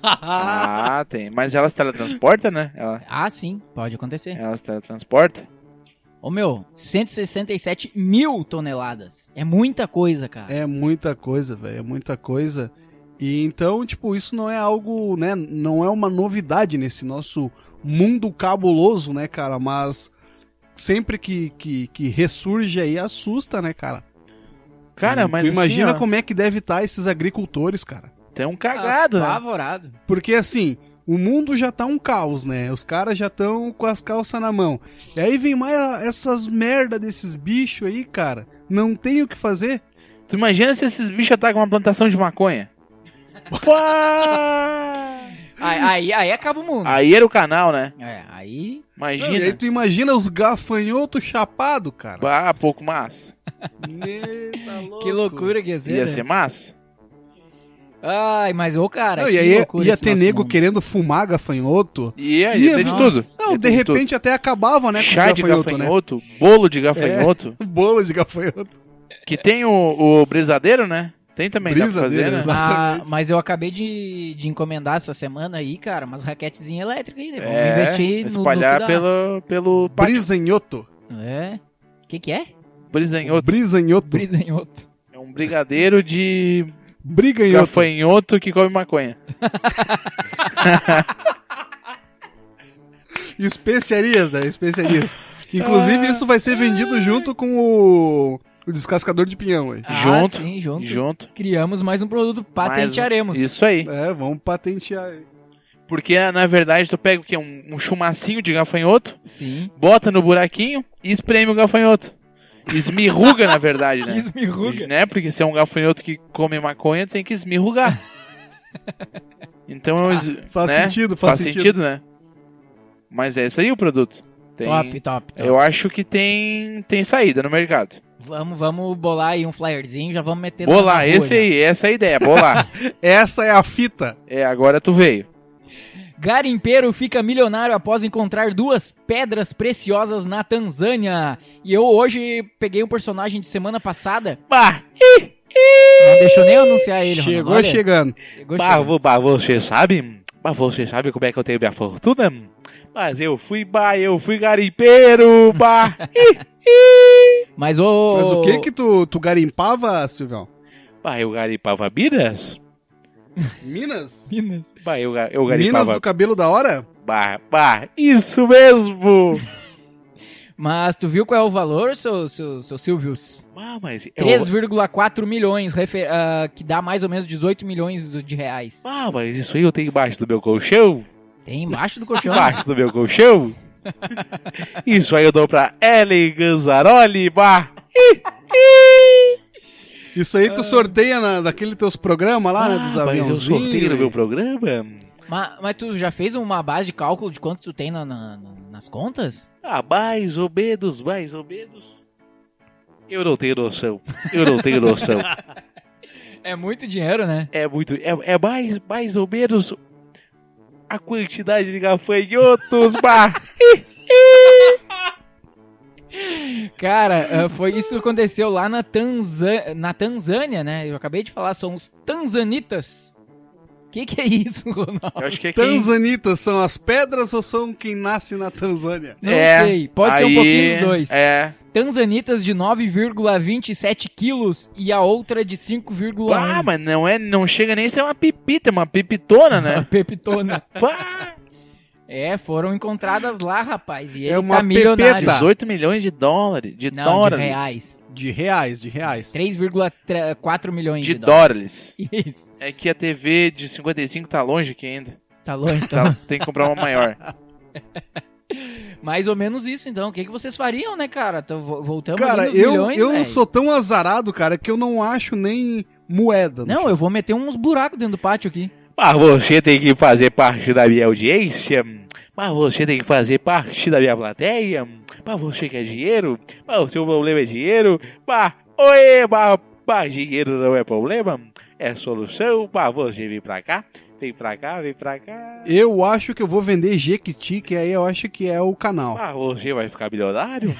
Speaker 3: Ah, tem. Mas ela se teletransporta, né? Ela,
Speaker 1: Ah, sim, pode acontecer.
Speaker 3: ela se teletransporta.
Speaker 1: Ô, meu, 167 mil toneladas. É muita coisa, cara.
Speaker 2: É muita coisa, velho, é muita coisa. E então, tipo, isso não é algo, né, não é uma novidade nesse nosso mundo cabuloso, né, cara, mas sempre que, que, que ressurge aí assusta, né, cara?
Speaker 3: Cara,
Speaker 2: Hum, Tu
Speaker 3: mas assim,
Speaker 2: imagina
Speaker 3: ó,
Speaker 2: como é que deve estar esses agricultores, cara.
Speaker 3: tem um cagado,
Speaker 1: Ah,
Speaker 3: né?
Speaker 1: Apavorado.
Speaker 2: Porque assim, o mundo já tá um caos, né? Os caras já estão com as calças na mão. E aí vem mais essas merda desses bichos aí, cara. Não tem o que fazer.
Speaker 3: Tu imagina se esses bichos atacam uma plantação de maconha? Pá!
Speaker 1: Aí, aí, aí acaba o mundo.
Speaker 3: Aí era o canal, né?
Speaker 1: É, aí.
Speaker 2: Não, e aí
Speaker 3: Imagina.
Speaker 2: tu imagina os gafanhotos chapados, cara.
Speaker 3: Bah, pouco massa.
Speaker 2: Eita, louco.
Speaker 1: Que loucura que ia ser.
Speaker 3: Ia
Speaker 1: né?
Speaker 3: ser massa?
Speaker 1: Ai, mas ô cara.
Speaker 2: Não,
Speaker 1: que
Speaker 2: e aí
Speaker 1: loucura
Speaker 2: ia
Speaker 1: esse
Speaker 2: ter
Speaker 1: nosso
Speaker 2: nego
Speaker 1: mundo.
Speaker 2: querendo fumar gafanhoto.
Speaker 3: Ia, ia
Speaker 2: Ia,
Speaker 3: ter de
Speaker 1: nossa.
Speaker 3: tudo.
Speaker 2: Não,
Speaker 3: Ia
Speaker 2: de
Speaker 3: ter tudo.
Speaker 2: repente até acabava, né? Com os
Speaker 3: Chá de
Speaker 2: gafanhoto, né?
Speaker 3: gafanhoto, bolo de gafanhoto,
Speaker 2: Bolo de gafanhoto.
Speaker 3: que tem o, o brisadeiro, né? Tem também, dá pra
Speaker 2: É. Brisadeiro,
Speaker 3: fazer, né?
Speaker 2: exato. Exatamente.
Speaker 1: Ah, mas eu acabei de, de encomendar essa semana aí, cara, umas raquetezinhas elétricas aí, né? Vamos
Speaker 3: É,
Speaker 1: investir no- no.
Speaker 3: espalhar
Speaker 1: que dá.
Speaker 3: pelo, pelo pátio.
Speaker 2: Brisanhoto.
Speaker 1: É. O que, que é?
Speaker 3: Brisanhoto.
Speaker 2: Brisanhoto.
Speaker 1: Brisanhoto.
Speaker 3: É um brigadeiro de
Speaker 2: Briganhoto.
Speaker 3: gafanhoto que come maconha.
Speaker 2: Especiarias, né? Especiarias. Inclusive, isso vai ser vendido junto com o, o descascador de pinhão aí.
Speaker 1: Ah,
Speaker 3: Junto,
Speaker 1: Sim, junto.
Speaker 3: Junto. um.
Speaker 1: Criamos mais um produto, patentearemos.
Speaker 3: Isso aí.
Speaker 2: É, vamos patentear aí.
Speaker 3: Porque, na verdade, tu pega o quê? Um, um chumacinho de gafanhoto,
Speaker 1: Sim.
Speaker 3: bota no buraquinho e espreme o gafanhoto. Esmirruga, na verdade, né?
Speaker 1: Esmirruga.
Speaker 3: Né? Porque se é um gafanhoto que come maconha, tem que esmirrugar. Então eu es-
Speaker 2: Faz
Speaker 3: né?
Speaker 2: sentido,
Speaker 3: Faz
Speaker 2: faz,
Speaker 3: sentido, né? Mas é isso aí o produto. Tem-
Speaker 1: Top, top. top.
Speaker 3: Eu acho que tem, tem saída no mercado.
Speaker 1: Vamos, vamos bolar aí um flyerzinho, já vamos meter lá na
Speaker 3: Bolar,
Speaker 1: rua, né? já.
Speaker 3: esse aí, essa é a ideia, bolar.
Speaker 2: Essa é a fita.
Speaker 3: é, agora tu veio.
Speaker 1: Garimpeiro fica milionário após encontrar duas pedras preciosas na Tanzânia. E eu hoje peguei um personagem de semana passada.
Speaker 3: Bah,
Speaker 1: Não deixou nem eu anunciar ele, Ronaldo,
Speaker 2: Chegou
Speaker 1: olha.
Speaker 2: chegando.
Speaker 1: Chegou
Speaker 3: bah, vo- bah, você sabe? Bah, você sabe como é que eu tenho minha fortuna? Mas eu fui, bah, eu fui garimpeiro, bah. Ih, ih.
Speaker 1: Mas o.
Speaker 2: Mas o que que tu, tu garimpava, Silvão?
Speaker 3: bah, eu garimpava minas?
Speaker 2: Minas?
Speaker 1: Minas.
Speaker 3: Bah, eu, ga- eu
Speaker 2: Minas
Speaker 3: garimpava...
Speaker 2: do cabelo da hora?
Speaker 3: Bah, bah, isso mesmo!
Speaker 1: Mas tu viu qual é o valor, seu, seu, seu Silvius?
Speaker 3: Ah, mas eu...
Speaker 1: 3,4 milhões, refe- ah, que dá mais ou menos 18 milhões de reais.
Speaker 3: Ah, mas isso aí eu tenho embaixo do meu colchão?
Speaker 1: Tem embaixo do colchão.
Speaker 3: Embaixo do meu colchão? Isso aí eu dou pra Ellen Ganzaroli, bah! Ih, ih.
Speaker 2: Isso aí tu sorteia na, daquele teus programas lá, né?
Speaker 3: Ah,
Speaker 2: Dos
Speaker 3: mas eu sorteio no meu
Speaker 2: aviãozinhos.
Speaker 3: programa?
Speaker 1: Ma- mas, tu já fez uma base de cálculo de quanto tu tem na- na- na- nas contas?
Speaker 3: Ah, mais ou menos, mais ou menos. Eu não tenho noção, eu não tenho noção.
Speaker 1: É muito dinheiro, né?
Speaker 3: É muito, é, é mais, mais ou menos a quantidade de gafanhotos, bah!
Speaker 1: Cara, ah, foi isso que aconteceu lá na, Tanza... na Tanzânia, né? Eu acabei de falar, são os tanzanitas. O que, que é isso, Ronaldo?
Speaker 3: Eu acho que é quem...
Speaker 2: Tanzanitas são as pedras ou são quem nasce na Tanzânia?
Speaker 1: Não
Speaker 3: É,
Speaker 1: sei, pode ser um
Speaker 3: aí,
Speaker 1: pouquinho dos dois.
Speaker 3: É.
Speaker 1: Tanzanitas de 9,27 quilos e a outra de 5,1.
Speaker 3: Pá, mas não, é, não chega nem a ser uma pipita, é uma pipitona,
Speaker 1: A
Speaker 3: né?
Speaker 1: peptona. Ah,
Speaker 3: Pá,
Speaker 1: é, foram encontradas lá, rapaz. E ele
Speaker 2: É uma
Speaker 1: tá milionário.
Speaker 2: pepeta.
Speaker 3: 18 milhões de dólares. De
Speaker 1: Não, de
Speaker 3: dólares.
Speaker 1: reais.
Speaker 2: De reais, de reais.
Speaker 1: 3,4 milhões de,
Speaker 3: De dólares.
Speaker 1: dólares. Isso.
Speaker 3: É que a TV de 55 tá longe aqui ainda.
Speaker 1: Tá longe, tá?
Speaker 3: Tá, tem que comprar uma maior.
Speaker 2: Tá.
Speaker 1: Mais ou menos isso, então. O que, que vocês fariam, né, cara? Tô, vo- voltamos
Speaker 2: Cara,
Speaker 1: ali nos
Speaker 2: eu,
Speaker 1: milhões,
Speaker 2: eu
Speaker 1: velho.
Speaker 2: sou tão azarado, cara, que eu não acho nem moeda. no
Speaker 1: Não, eu vou meter uns buracos dentro do pátio aqui.
Speaker 3: Mas você tem que fazer parte da minha audiência. Mas você tem que fazer parte da minha plateia. Mas você quer dinheiro. Mas o seu problema é dinheiro. Mas, oi, mas, mas dinheiro não é problema. É solução. Mas você vem pra cá. Vem pra cá, vem pra cá.
Speaker 2: Eu acho que eu vou vender Jequiti, que aí eu acho que é o canal.
Speaker 3: Mas você vai ficar milionário.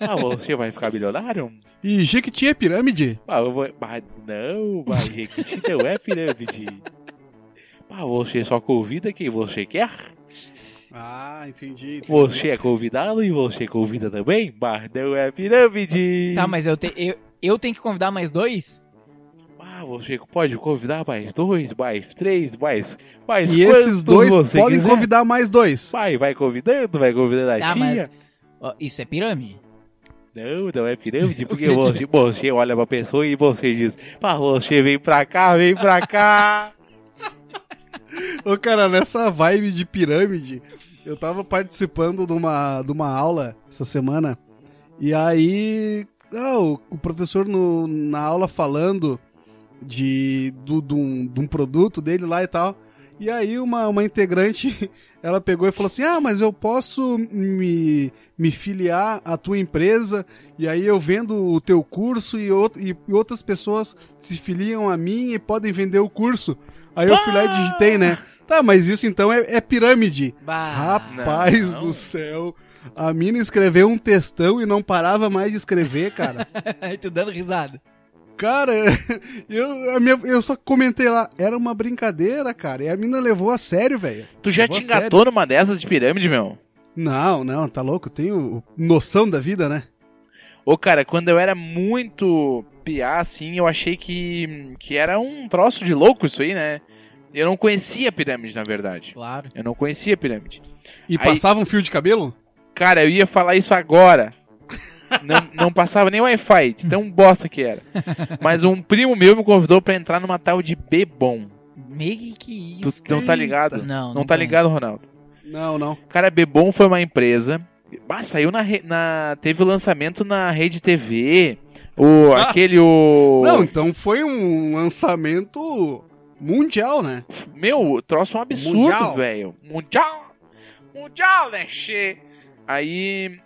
Speaker 3: Mas você vai ficar milionário.
Speaker 2: E Jequiti é pirâmide?
Speaker 3: Mas, eu vou- mas não, mas Jequiti não é pirâmide. Mas você só convida quem você quer.
Speaker 2: Ah, entendi.
Speaker 3: Você é convidado e você convida também? Mas não é pirâmide!
Speaker 1: Tá, mas eu, te- eu, eu tenho que convidar mais dois?
Speaker 3: Ah, você pode convidar mais dois, mais três, mais. mais
Speaker 2: E esses
Speaker 3: quantos
Speaker 2: dois
Speaker 3: você
Speaker 2: podem
Speaker 3: quiser.
Speaker 2: convidar mais dois.
Speaker 3: Vai, vai convidando, vai convidando a
Speaker 1: Tá,
Speaker 3: tia.
Speaker 1: mas... ó, isso é pirâmide?
Speaker 3: Não, não é pirâmide, porque você, você olha pra pessoa e você diz: Mas você vem pra cá, vem pra cá!
Speaker 2: Ô, cara, nessa vibe de pirâmide, eu tava participando de uma, de uma aula essa semana. E aí, Ah, o, o professor no- na aula falando de, do, de, um, de um produto dele lá e tal. E aí uma, uma integrante, ela pegou e falou assim, ah, mas eu posso me, me filiar à tua empresa, e aí eu vendo o teu curso e, out- e- e outras pessoas se filiam a mim e podem vender o curso. Aí eu fui lá e digitei, né? Tá, mas isso então é- é pirâmide.
Speaker 1: Bah.
Speaker 2: Rapaz
Speaker 3: não.
Speaker 2: do céu. A mina escreveu um textão e não parava mais de escrever, cara.
Speaker 1: Aí tu dando risada.
Speaker 2: cara, eu, a minha- eu só comentei lá, era uma brincadeira, cara. E a mina levou a sério, velho.
Speaker 3: Tu já
Speaker 2: Levou
Speaker 3: te
Speaker 2: a sério.
Speaker 3: engatou numa dessas de pirâmide, meu?
Speaker 2: Não, não, tá louco? Tenho noção da vida, né?
Speaker 3: Ô, cara, quando eu era muito piá, assim, eu achei que, que era um troço de louco isso aí, né? Eu não conhecia pirâmide, na verdade.
Speaker 1: Claro.
Speaker 3: Eu não conhecia pirâmide.
Speaker 2: E
Speaker 3: Aí-
Speaker 2: passava um fio de cabelo?
Speaker 3: Cara, eu ia falar isso agora. Não, não passava nem Wi-Fi, de tão bosta que era. Mas um primo meu me convidou pra entrar numa tal de Bebom.
Speaker 1: Meio que
Speaker 3: Tu
Speaker 1: isso.
Speaker 3: não tá
Speaker 2: Eita.
Speaker 3: ligado?
Speaker 1: Não,
Speaker 3: não tá
Speaker 1: tem.
Speaker 3: ligado, Ronaldo?
Speaker 2: Não, não.
Speaker 3: Cara, Bebom foi uma empresa. Ah, saiu na, re- na. Teve o lançamento na Rede TV. O,
Speaker 2: Ah.
Speaker 3: Aquele. O,
Speaker 2: Não, então foi um lançamento mundial, né?
Speaker 3: Meu, troço um absurdo,
Speaker 2: Mundial.
Speaker 3: velho. Mundial! Mundial, né, che? Aí.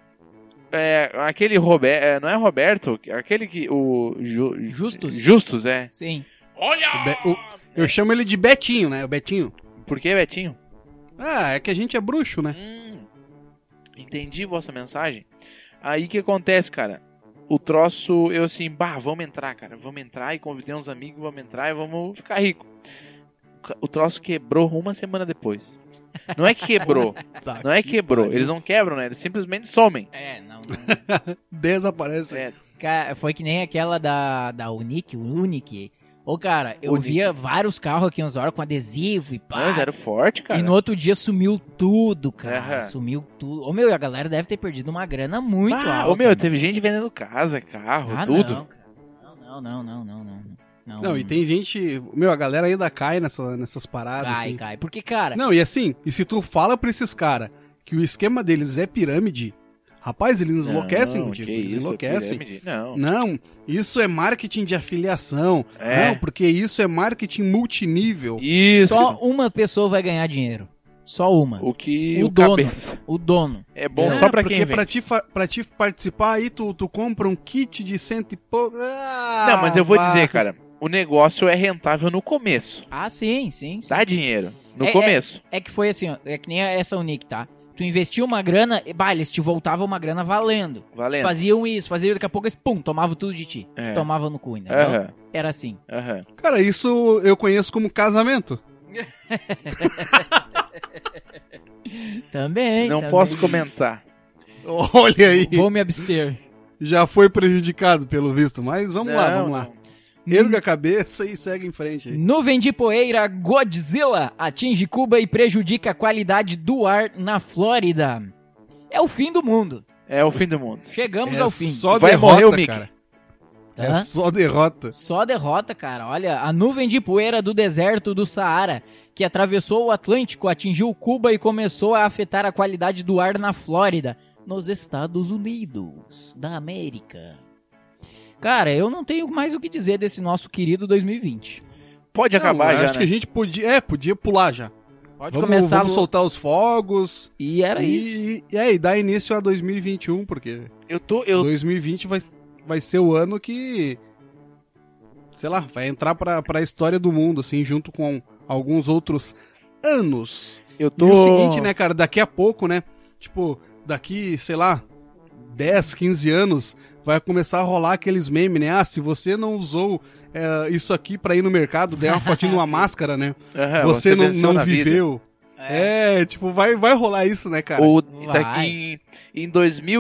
Speaker 3: É, aquele Roberto. não é Roberto? Aquele que. O. Ju-
Speaker 1: Justus.
Speaker 3: Justus, é.
Speaker 1: Sim.
Speaker 3: Olha!
Speaker 2: O Be-
Speaker 3: É.
Speaker 2: Eu chamo ele de Betinho, né? O Betinho.
Speaker 3: Por que, Betinho?
Speaker 2: Ah, é que a gente é bruxo, né?
Speaker 3: Hum, entendi vossa mensagem. Aí que acontece, cara? O troço, eu assim, bah, vamos entrar, cara. Vamos entrar e convidei uns amigos, vamos entrar e vamos ficar rico. O troço quebrou uma semana depois. Não é que quebrou,
Speaker 2: Tá,
Speaker 3: não é que quebrou. Eles não quebram, né? Eles simplesmente somem.
Speaker 1: É, não.
Speaker 2: Desaparece.
Speaker 3: É,
Speaker 1: Cara, foi que nem aquela da, da Unique, o Unique. Ô, cara, eu
Speaker 3: Unique.
Speaker 1: via vários carros aqui em Osório com adesivo e pá.
Speaker 3: mas era forte, cara.
Speaker 1: E no outro dia sumiu tudo, cara.
Speaker 3: Aham.
Speaker 1: Sumiu tudo. Ô, meu, e a galera deve ter perdido uma grana muito
Speaker 3: ah,
Speaker 1: alta.
Speaker 3: ô, meu,
Speaker 1: né?
Speaker 3: teve gente vendendo casa, carro,
Speaker 1: Ah,
Speaker 3: tudo.
Speaker 1: Não, cara. não, não, não, não, não. Não,
Speaker 3: um
Speaker 2: Não, e tem gente. Meu, a galera ainda cai nessa, nessas paradas.
Speaker 1: Cai,
Speaker 2: assim.
Speaker 1: cai. Porque, cara,
Speaker 2: Não, e assim, e se tu fala pra esses caras que o esquema deles é pirâmide, rapaz, eles enlouquecem,
Speaker 3: não,
Speaker 2: Diego,
Speaker 3: que
Speaker 2: eles
Speaker 3: isso, é
Speaker 2: enlouquecem.
Speaker 3: pirâmide? Não.
Speaker 2: Não, isso é marketing de afiliação.
Speaker 3: É.
Speaker 2: Não, porque isso é marketing multinível.
Speaker 3: Isso.
Speaker 1: só uma pessoa vai ganhar dinheiro. Só uma. O,
Speaker 3: O que
Speaker 1: O
Speaker 3: o,
Speaker 1: dono.
Speaker 3: cabeça.
Speaker 1: dono.
Speaker 3: É bom
Speaker 2: É,
Speaker 3: só pra
Speaker 2: porque
Speaker 3: quem vende.
Speaker 2: pra ti, fa- pra ti participar aí, tu, tu compra um kit de cento e pouco. Ah,
Speaker 3: Não, mas eu vou
Speaker 2: vá.
Speaker 3: dizer, cara, o negócio é rentável no começo.
Speaker 1: Ah, sim, sim. sim.
Speaker 3: Dá dinheiro. No
Speaker 1: É, é.
Speaker 3: começo.
Speaker 1: É que foi assim, ó. É que nem essa Unique, tá? Tu investiu uma grana, e, bah, eles te voltavam uma grana valendo.
Speaker 3: Valendo.
Speaker 1: Faziam isso, faziam daqui a pouco eles, pum, tomavam tudo de ti.
Speaker 3: É.
Speaker 1: Tu tomava no cu, entendeu?
Speaker 3: Aham,
Speaker 1: Era assim.
Speaker 3: aham.
Speaker 2: Cara, isso eu conheço como casamento.
Speaker 1: Também.
Speaker 3: Não
Speaker 1: também.
Speaker 3: posso comentar.
Speaker 2: Olha aí.
Speaker 1: Vou me abster.
Speaker 2: já foi prejudicado pelo visto, mas vamos lá,
Speaker 3: Não,
Speaker 2: vamos lá.
Speaker 3: não.
Speaker 2: Erga a cabeça e segue em frente aí.
Speaker 1: No Vendi Poeira, Godzilla atinge Cuba e prejudica a qualidade do ar na Flórida. É o fim do mundo.
Speaker 3: É o fim do mundo.
Speaker 1: Chegamos
Speaker 2: é
Speaker 1: ao fim.
Speaker 2: só
Speaker 3: Vai
Speaker 2: derrota,
Speaker 3: morrer o Mickey.
Speaker 2: cara. É
Speaker 1: Hã?
Speaker 2: só derrota.
Speaker 1: Só derrota, cara. Olha, a nuvem de poeira do deserto do Saara, que atravessou o Atlântico, atingiu Cuba e começou a afetar a qualidade do ar na Flórida, nos Estados Unidos da América. Cara, eu não tenho mais o que dizer desse nosso querido 2020.
Speaker 3: Pode acabar
Speaker 2: Não,
Speaker 3: já,
Speaker 2: Acho que a
Speaker 3: né?
Speaker 2: gente podia, é, podia pular já.
Speaker 1: Pode
Speaker 2: vamos
Speaker 1: começar a
Speaker 2: vamos
Speaker 1: lu-
Speaker 2: soltar os fogos.
Speaker 1: E era isso.
Speaker 2: e, E, é, e dar início a 2021, porque
Speaker 3: Eu tô... Eu...
Speaker 2: 2020 vai, vai ser o ano que, sei lá, vai entrar pra, pra história do mundo, assim, junto com alguns outros anos.
Speaker 3: Eu
Speaker 2: E
Speaker 3: tô...
Speaker 2: o seguinte, né, cara, daqui a pouco, né? Tipo, daqui, sei lá, 10, 15 anos, vai começar a rolar aqueles memes, né? Ah, se você não usou é, isso aqui pra ir no mercado, der uma fotinha numa máscara, né?
Speaker 3: Aham,
Speaker 2: você,
Speaker 3: É, venceu
Speaker 2: não, não
Speaker 3: na vida.
Speaker 2: viveu. É. tipo, vai, vai rolar isso, né, cara?
Speaker 3: Ou
Speaker 1: Vai.
Speaker 3: daqui em, em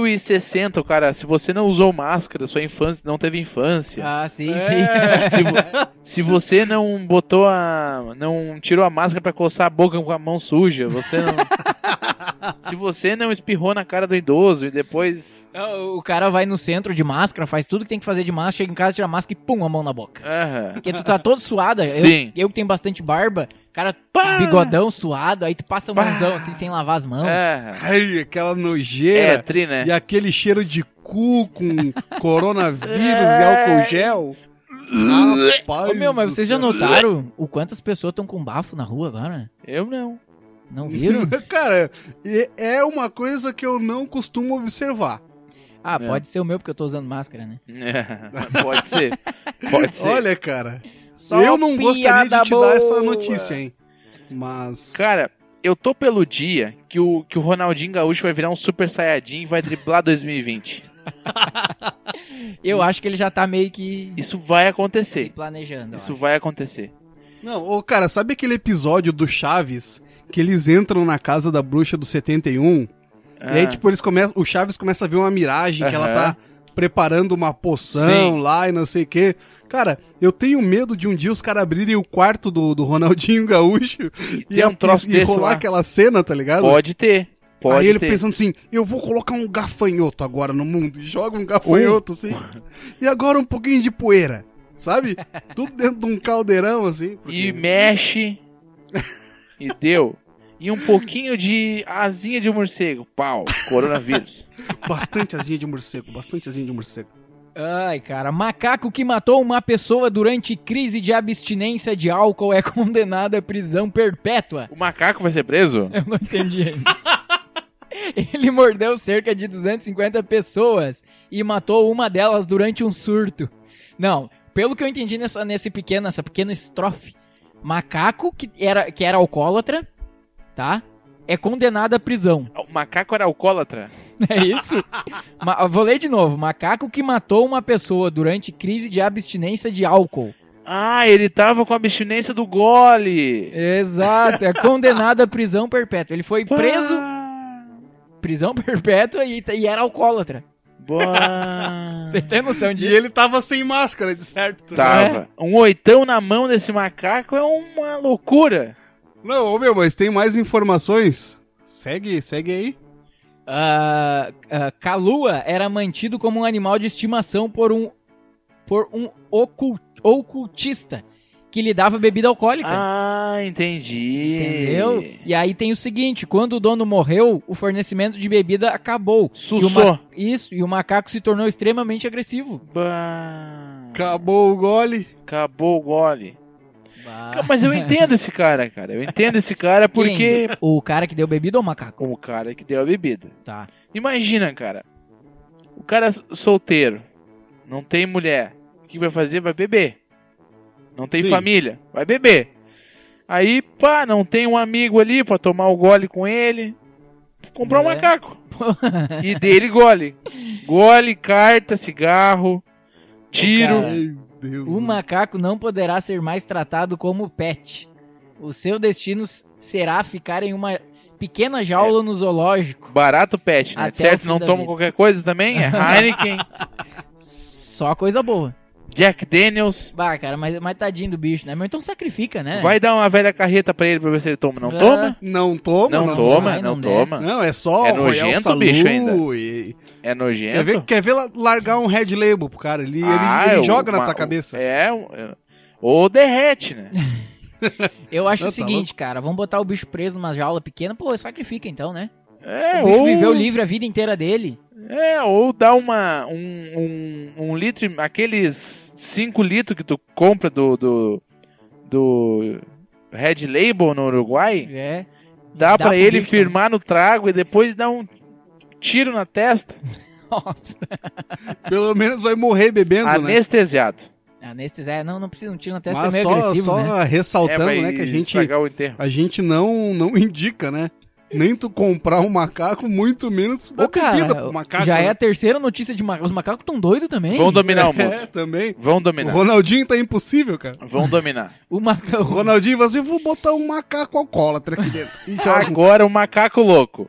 Speaker 3: 2060, cara, se você não usou máscara, sua infância não teve infância.
Speaker 1: Ah, sim,
Speaker 2: É.
Speaker 1: sim.
Speaker 3: Se, vo- se você não botou a. não tirou a máscara pra coçar a boca com a mão suja, você não. se você não espirrou na cara do idoso e depois.
Speaker 1: o cara vai no centro de máscara, faz tudo que tem que fazer de máscara, chega em casa, tira a máscara e pum, a mão na boca.
Speaker 3: Aham.
Speaker 1: Porque tu tá todo suado.
Speaker 3: Sim.
Speaker 1: Eu, eu que tenho bastante barba, cara, bigodão suado, aí tu passa um
Speaker 3: Pá! É.
Speaker 1: mãozão assim sem lavar as mãos.
Speaker 3: Aham.
Speaker 2: Ai, aquela
Speaker 3: É,
Speaker 2: nojeira
Speaker 3: tri, né?
Speaker 2: e aquele cheiro de cu com coronavírus e álcool gel. Rapaz
Speaker 1: Ô, meu, mas
Speaker 2: do
Speaker 1: vocês já
Speaker 2: céu.
Speaker 1: notaram o quantas pessoas estão com bafo na rua agora?
Speaker 3: Eu não.
Speaker 1: Não viram?
Speaker 2: Uhum. Cara, e- é uma coisa que eu não costumo observar.
Speaker 1: Ah,
Speaker 3: É.
Speaker 1: pode ser o meu porque eu tô usando máscara, né?
Speaker 3: É, pode ser. Pode ser.
Speaker 2: Olha, cara, eu não gostaria de te dar essa notícia, hein? Mas.
Speaker 3: Cara, eu tô pelo dia que o, que o Ronaldinho Gaúcho vai virar um super saiyajin e vai driblar 2020.
Speaker 1: Eu acho que ele já tá meio que
Speaker 3: Isso vai
Speaker 1: se
Speaker 3: acontecer.
Speaker 1: planejando. eu
Speaker 3: Isso
Speaker 1: acho.
Speaker 3: vai acontecer.
Speaker 2: Não, ô, cara, sabe aquele episódio do Chaves que eles entram na casa da bruxa do 71? E aí,
Speaker 3: Ah,
Speaker 2: tipo, eles começam. O Chaves começa a ver uma miragem que ela
Speaker 3: Aham.
Speaker 2: tá preparando uma poção
Speaker 3: Sim.
Speaker 2: lá e não sei o quê. Cara, eu tenho medo de um dia os caras abrirem o quarto do, do Ronaldinho Gaúcho
Speaker 3: tem um troço
Speaker 2: e,
Speaker 3: desse
Speaker 2: rolar
Speaker 3: lá.
Speaker 2: aquela cena, tá ligado?
Speaker 3: Pode ter. Pode
Speaker 2: aí ele
Speaker 3: ter.
Speaker 2: pensando assim, eu vou colocar um gafanhoto agora no mundo. E joga um
Speaker 3: Uh.
Speaker 2: gafanhoto, assim. E agora um pouquinho de poeira, sabe? Tudo dentro de um caldeirão, assim.
Speaker 3: E
Speaker 2: porque-
Speaker 3: mexe. e deu. E um pouquinho de asinha de morcego. Pau. Coronavírus.
Speaker 2: Bastante asinha de morcego, bastante asinha de morcego.
Speaker 1: Ai, cara, macaco que matou uma pessoa durante crise de abstinência de álcool é condenado à prisão perpétua.
Speaker 3: o macaco vai ser preso?
Speaker 1: Eu não entendi ainda. Ele mordeu cerca de 250 pessoas e matou uma delas durante um surto. Não, pelo que eu entendi nessa, nesse pequeno, nessa pequena estrofe, macaco que era, que era alcoólatra, tá? É condenado à prisão.
Speaker 3: O macaco era alcoólatra?
Speaker 1: É isso? Ma- vou ler de novo. Macaco que matou uma pessoa durante crise de abstinência de álcool.
Speaker 3: Ah, ele tava com a abstinência do gole.
Speaker 1: Exato, é condenado à prisão perpétua. Ele foi preso,
Speaker 3: Ah. Pá.
Speaker 1: prisão perpétua e, e era alcoólatra.
Speaker 3: Boa.
Speaker 1: Vocês têm noção
Speaker 2: E
Speaker 3: é?
Speaker 1: disso?
Speaker 2: ele tava sem máscara, de certo.
Speaker 3: Tava. Um oitão na mão desse macaco é uma loucura.
Speaker 2: Não, ô meu, mas tem mais informações? Segue, segue aí.
Speaker 1: Ah, ah, Kalua era mantido como um animal de estimação por um por um ocul- ocultista que lhe dava bebida alcoólica.
Speaker 3: Ah, entendi.
Speaker 1: Entendeu? E aí tem o seguinte: quando o dono morreu, o fornecimento de bebida acabou. E o
Speaker 3: Sussou.
Speaker 1: ma- Isso, e o macaco se tornou extremamente agressivo.
Speaker 3: Bah.
Speaker 2: Acabou o gole.
Speaker 3: Acabou o gole. Cara, Mas eu entendo esse cara, cara. Eu entendo esse cara
Speaker 1: Ah. Quem?
Speaker 3: porque.
Speaker 1: O cara que deu bebida ou o macaco?
Speaker 3: Como o cara que deu a bebida.
Speaker 1: Tá.
Speaker 3: Imagina, cara. O cara s- solteiro. Não tem mulher. O que vai fazer? Vai beber. Não tem
Speaker 2: Sim.
Speaker 3: família. Vai beber. Aí, pá, não tem um amigo ali pra tomar o gole com ele. Comprar um
Speaker 1: É.
Speaker 3: macaco. e dele gole. Gole, carta, cigarro, tiro.
Speaker 1: Cara,
Speaker 2: Ai, Deus.
Speaker 1: O macaco não poderá ser mais tratado como pet. O seu destino s- será ficar em uma pequena
Speaker 3: É.
Speaker 1: jaula no zoológico,
Speaker 3: Barato pet, né?
Speaker 1: Até o
Speaker 3: certo?
Speaker 1: fim
Speaker 3: Não
Speaker 1: da
Speaker 3: toma
Speaker 1: vida.
Speaker 3: qualquer coisa também? É Heineken,
Speaker 1: só coisa boa.
Speaker 3: Jack Daniels.
Speaker 1: Bah, cara, mas, mas tadinho do bicho, né? Mas então sacrifica, né?
Speaker 3: Vai dar uma velha carreta pra ele pra ver se ele toma. Não
Speaker 1: Ah.
Speaker 3: toma?
Speaker 2: Não toma,
Speaker 3: Não,
Speaker 2: não,
Speaker 3: toma,
Speaker 1: vai,
Speaker 3: não,
Speaker 1: não
Speaker 3: toma.
Speaker 1: desce.
Speaker 2: Não, é só
Speaker 3: É
Speaker 2: o Royal
Speaker 3: nojento o
Speaker 2: Salu
Speaker 3: bicho ainda.
Speaker 2: e-
Speaker 3: É nojento.
Speaker 2: Quer ver, quer ver la- largar um Red Label pro cara? Ele, ele-
Speaker 3: Ah,
Speaker 2: ele,
Speaker 3: é,
Speaker 2: joga na
Speaker 3: uma-
Speaker 2: tua cabeça.
Speaker 3: É, um- é- ou derrete, né?
Speaker 1: Eu acho
Speaker 2: Não,
Speaker 1: o
Speaker 2: tá
Speaker 1: seguinte, cara, vamos botar o bicho preso numa jaula pequena, pô, sacrifica então, né?
Speaker 3: É,
Speaker 1: o bicho
Speaker 3: ou,
Speaker 1: viveu livre a vida inteira dele.
Speaker 3: é, ou dá uma, um, um, um litro, e- aqueles 5 litros que tu compra do, do, do Red Label no Uruguai,
Speaker 1: É.
Speaker 3: dá, pra
Speaker 1: pro
Speaker 3: ele
Speaker 1: bicho, né?
Speaker 3: firmar no trago e depois dar um tiro na testa,
Speaker 1: Nossa.
Speaker 2: Pelo menos vai morrer bebendo,
Speaker 1: Ah,
Speaker 2: né?
Speaker 3: anestesiado. É,
Speaker 1: Anestesia, não, não precisa, um tiro na testa é
Speaker 2: Mas
Speaker 1: meio
Speaker 2: só,
Speaker 1: agressivo,
Speaker 2: só
Speaker 1: né?
Speaker 2: ressaltando,
Speaker 3: é,
Speaker 2: né,
Speaker 3: vai
Speaker 2: que a gente,
Speaker 3: estragar o enterro.
Speaker 2: a gente não, não indica, né? Nem tu comprar um macaco, muito menos tu dar
Speaker 1: Ô,
Speaker 2: bebida
Speaker 1: cara,
Speaker 2: pro macaco.
Speaker 1: já
Speaker 2: né?
Speaker 1: é a terceira notícia de macaco. Os macacos tão doidos também.
Speaker 3: Vão dominar o mundo.
Speaker 2: É, também.
Speaker 3: Vão
Speaker 2: O
Speaker 3: dominar.
Speaker 2: Ronaldinho tá impossível, cara.
Speaker 3: Vão dominar.
Speaker 1: O
Speaker 2: O
Speaker 1: macaco...
Speaker 2: Ronaldinho, você eu vou botar um macaco alcoólatra aqui dentro.
Speaker 1: Ah,
Speaker 2: E joga.
Speaker 3: Agora o macaco louco.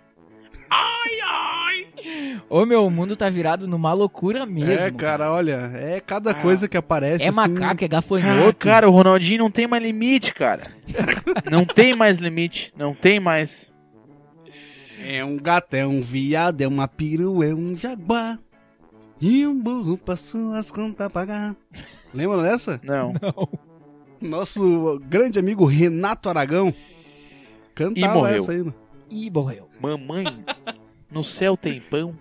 Speaker 1: Ô, meu, o mundo tá virado numa loucura mesmo.
Speaker 2: é, cara, olha, é cada
Speaker 3: Ah,
Speaker 2: coisa que aparece.
Speaker 1: É
Speaker 2: assim,
Speaker 1: macaco, é
Speaker 3: Ah,
Speaker 1: gafanhoto.
Speaker 3: cara, o Ronaldinho não tem mais limite, cara. não tem mais limite, não tem mais.
Speaker 2: É um gato, é um viado, é uma peru, é um jaguar. E um burro passou as contas pagar. Lembra dessa?
Speaker 3: Não.
Speaker 1: Não.
Speaker 2: Nosso grande amigo Renato Aragão cantava
Speaker 3: morreu.
Speaker 2: essa aí. né?
Speaker 1: Ih, morreu.
Speaker 3: Mamãe, No céu tem pão.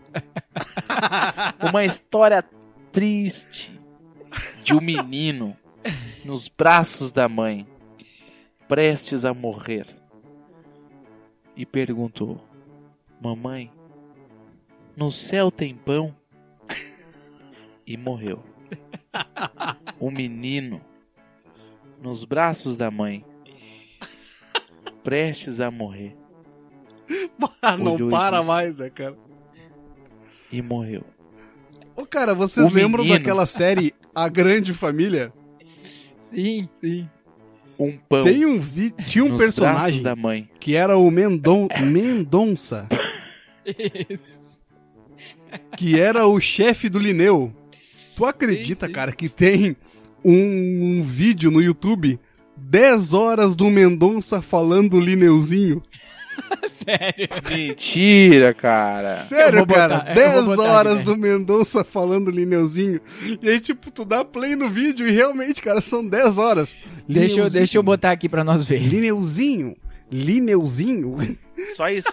Speaker 3: Uma história triste de um menino nos braços da mãe, prestes a morrer. E perguntou: Mamãe, no céu tem pão? E morreu. O menino nos braços da mãe, prestes a morrer.
Speaker 2: Ah, não
Speaker 3: Olhou
Speaker 2: para
Speaker 3: isso.
Speaker 2: mais, né, cara?
Speaker 3: E morreu.
Speaker 2: Ô, cara, vocês
Speaker 3: O
Speaker 2: lembram
Speaker 3: menino.
Speaker 2: daquela série A Grande Família?
Speaker 1: Sim, sim.
Speaker 3: Um pão
Speaker 2: Tem um vi... Tinha um
Speaker 3: nos braços
Speaker 2: personagem
Speaker 3: da mãe.
Speaker 2: que era o Mendon... Mendonça, que era o chefe do Lineu. Tu acredita,
Speaker 1: sim.
Speaker 2: cara, que tem um, um vídeo no YouTube 10 horas do Mendonça falando Lineuzinho?
Speaker 1: Sério.
Speaker 3: Mentira, cara.
Speaker 1: Eu
Speaker 2: Sério,
Speaker 1: vou botar,
Speaker 2: cara,
Speaker 1: eu vou
Speaker 2: 10
Speaker 1: botar, né?
Speaker 2: horas do
Speaker 1: Guilherme.
Speaker 2: Mendonça falando Lineuzinho. E aí, tipo, tu dá play no vídeo e realmente, cara, são 10 horas.
Speaker 1: Deixa eu, deixa eu botar aqui pra nós ver.
Speaker 2: Lineuzinho. Lineuzinho.
Speaker 3: Só isso.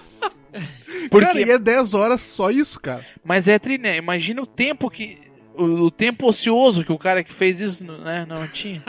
Speaker 3: Porque,
Speaker 2: Cara, e é 10 horas só isso, cara.
Speaker 3: Mas é tri, né? Imagina o tempo que. O, o tempo ocioso que o cara que fez isso né, não tinha.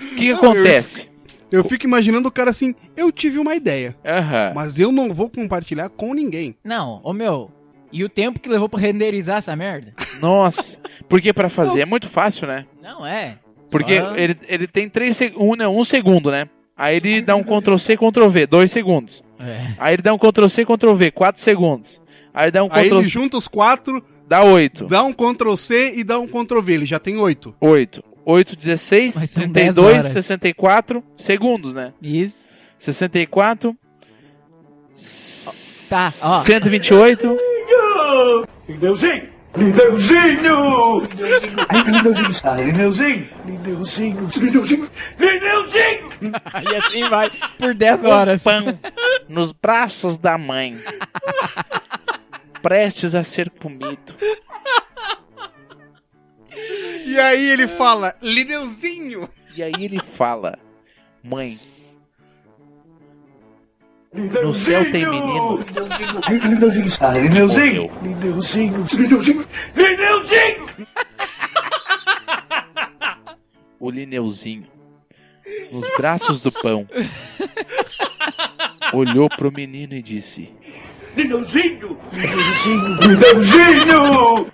Speaker 3: O que, que
Speaker 2: Não,
Speaker 3: acontece?
Speaker 2: Eu fico imaginando o cara assim, eu tive uma ideia,
Speaker 3: Aham.
Speaker 2: mas eu não vou compartilhar com ninguém.
Speaker 1: Não, ô meu. E o tempo que levou pra renderizar essa merda?
Speaker 3: Nossa. Porque pra fazer é muito fácil, né?
Speaker 1: Não é.
Speaker 3: Porque
Speaker 1: Só-
Speaker 3: ele, ele tem três seg- um, não, um segundo, né? Aí ele dá um Ctrl C, Ctrl V, dois segundos.
Speaker 1: É.
Speaker 3: Aí ele dá um Ctrl C, Ctrl V, quatro segundos. Aí ele dá um
Speaker 2: Aí
Speaker 3: Ctrl
Speaker 2: ele
Speaker 3: C,
Speaker 2: junta os quatro,
Speaker 3: dá oito.
Speaker 2: dá um Ctrl C e dá um Ctrl V, ele já tem oito.
Speaker 3: Oito. Oito, dezesseis,
Speaker 1: Mas são
Speaker 3: trinta e
Speaker 1: 10
Speaker 3: dois,
Speaker 1: horas.
Speaker 3: sessenta e quatro segundos, né?
Speaker 1: Isso.
Speaker 3: 64.
Speaker 1: Tá, ó.
Speaker 3: 128.
Speaker 4: Lindeuzinho! Lindeuzinho! Lindeuzinho! Lindeuzinho! Lindeuzinho! Lindeuzinho!
Speaker 1: E assim vai por 10 horas.
Speaker 3: um Pão nos braços da mãe. Prestes a ser comido.
Speaker 2: E aí ele fala, Lineuzinho!
Speaker 3: E aí ele fala: Mãe,
Speaker 4: Lindeuzinho!
Speaker 3: No céu tem menino.
Speaker 4: Lindeuzinho! Lindeuzinho! Lindeuzinho! Lindeuzinho! Lindeuzinho!
Speaker 3: o Lineuzinho, nos braços do pão, olhou pro menino e disse:
Speaker 4: Lindeuzinho! Lindeuzinho!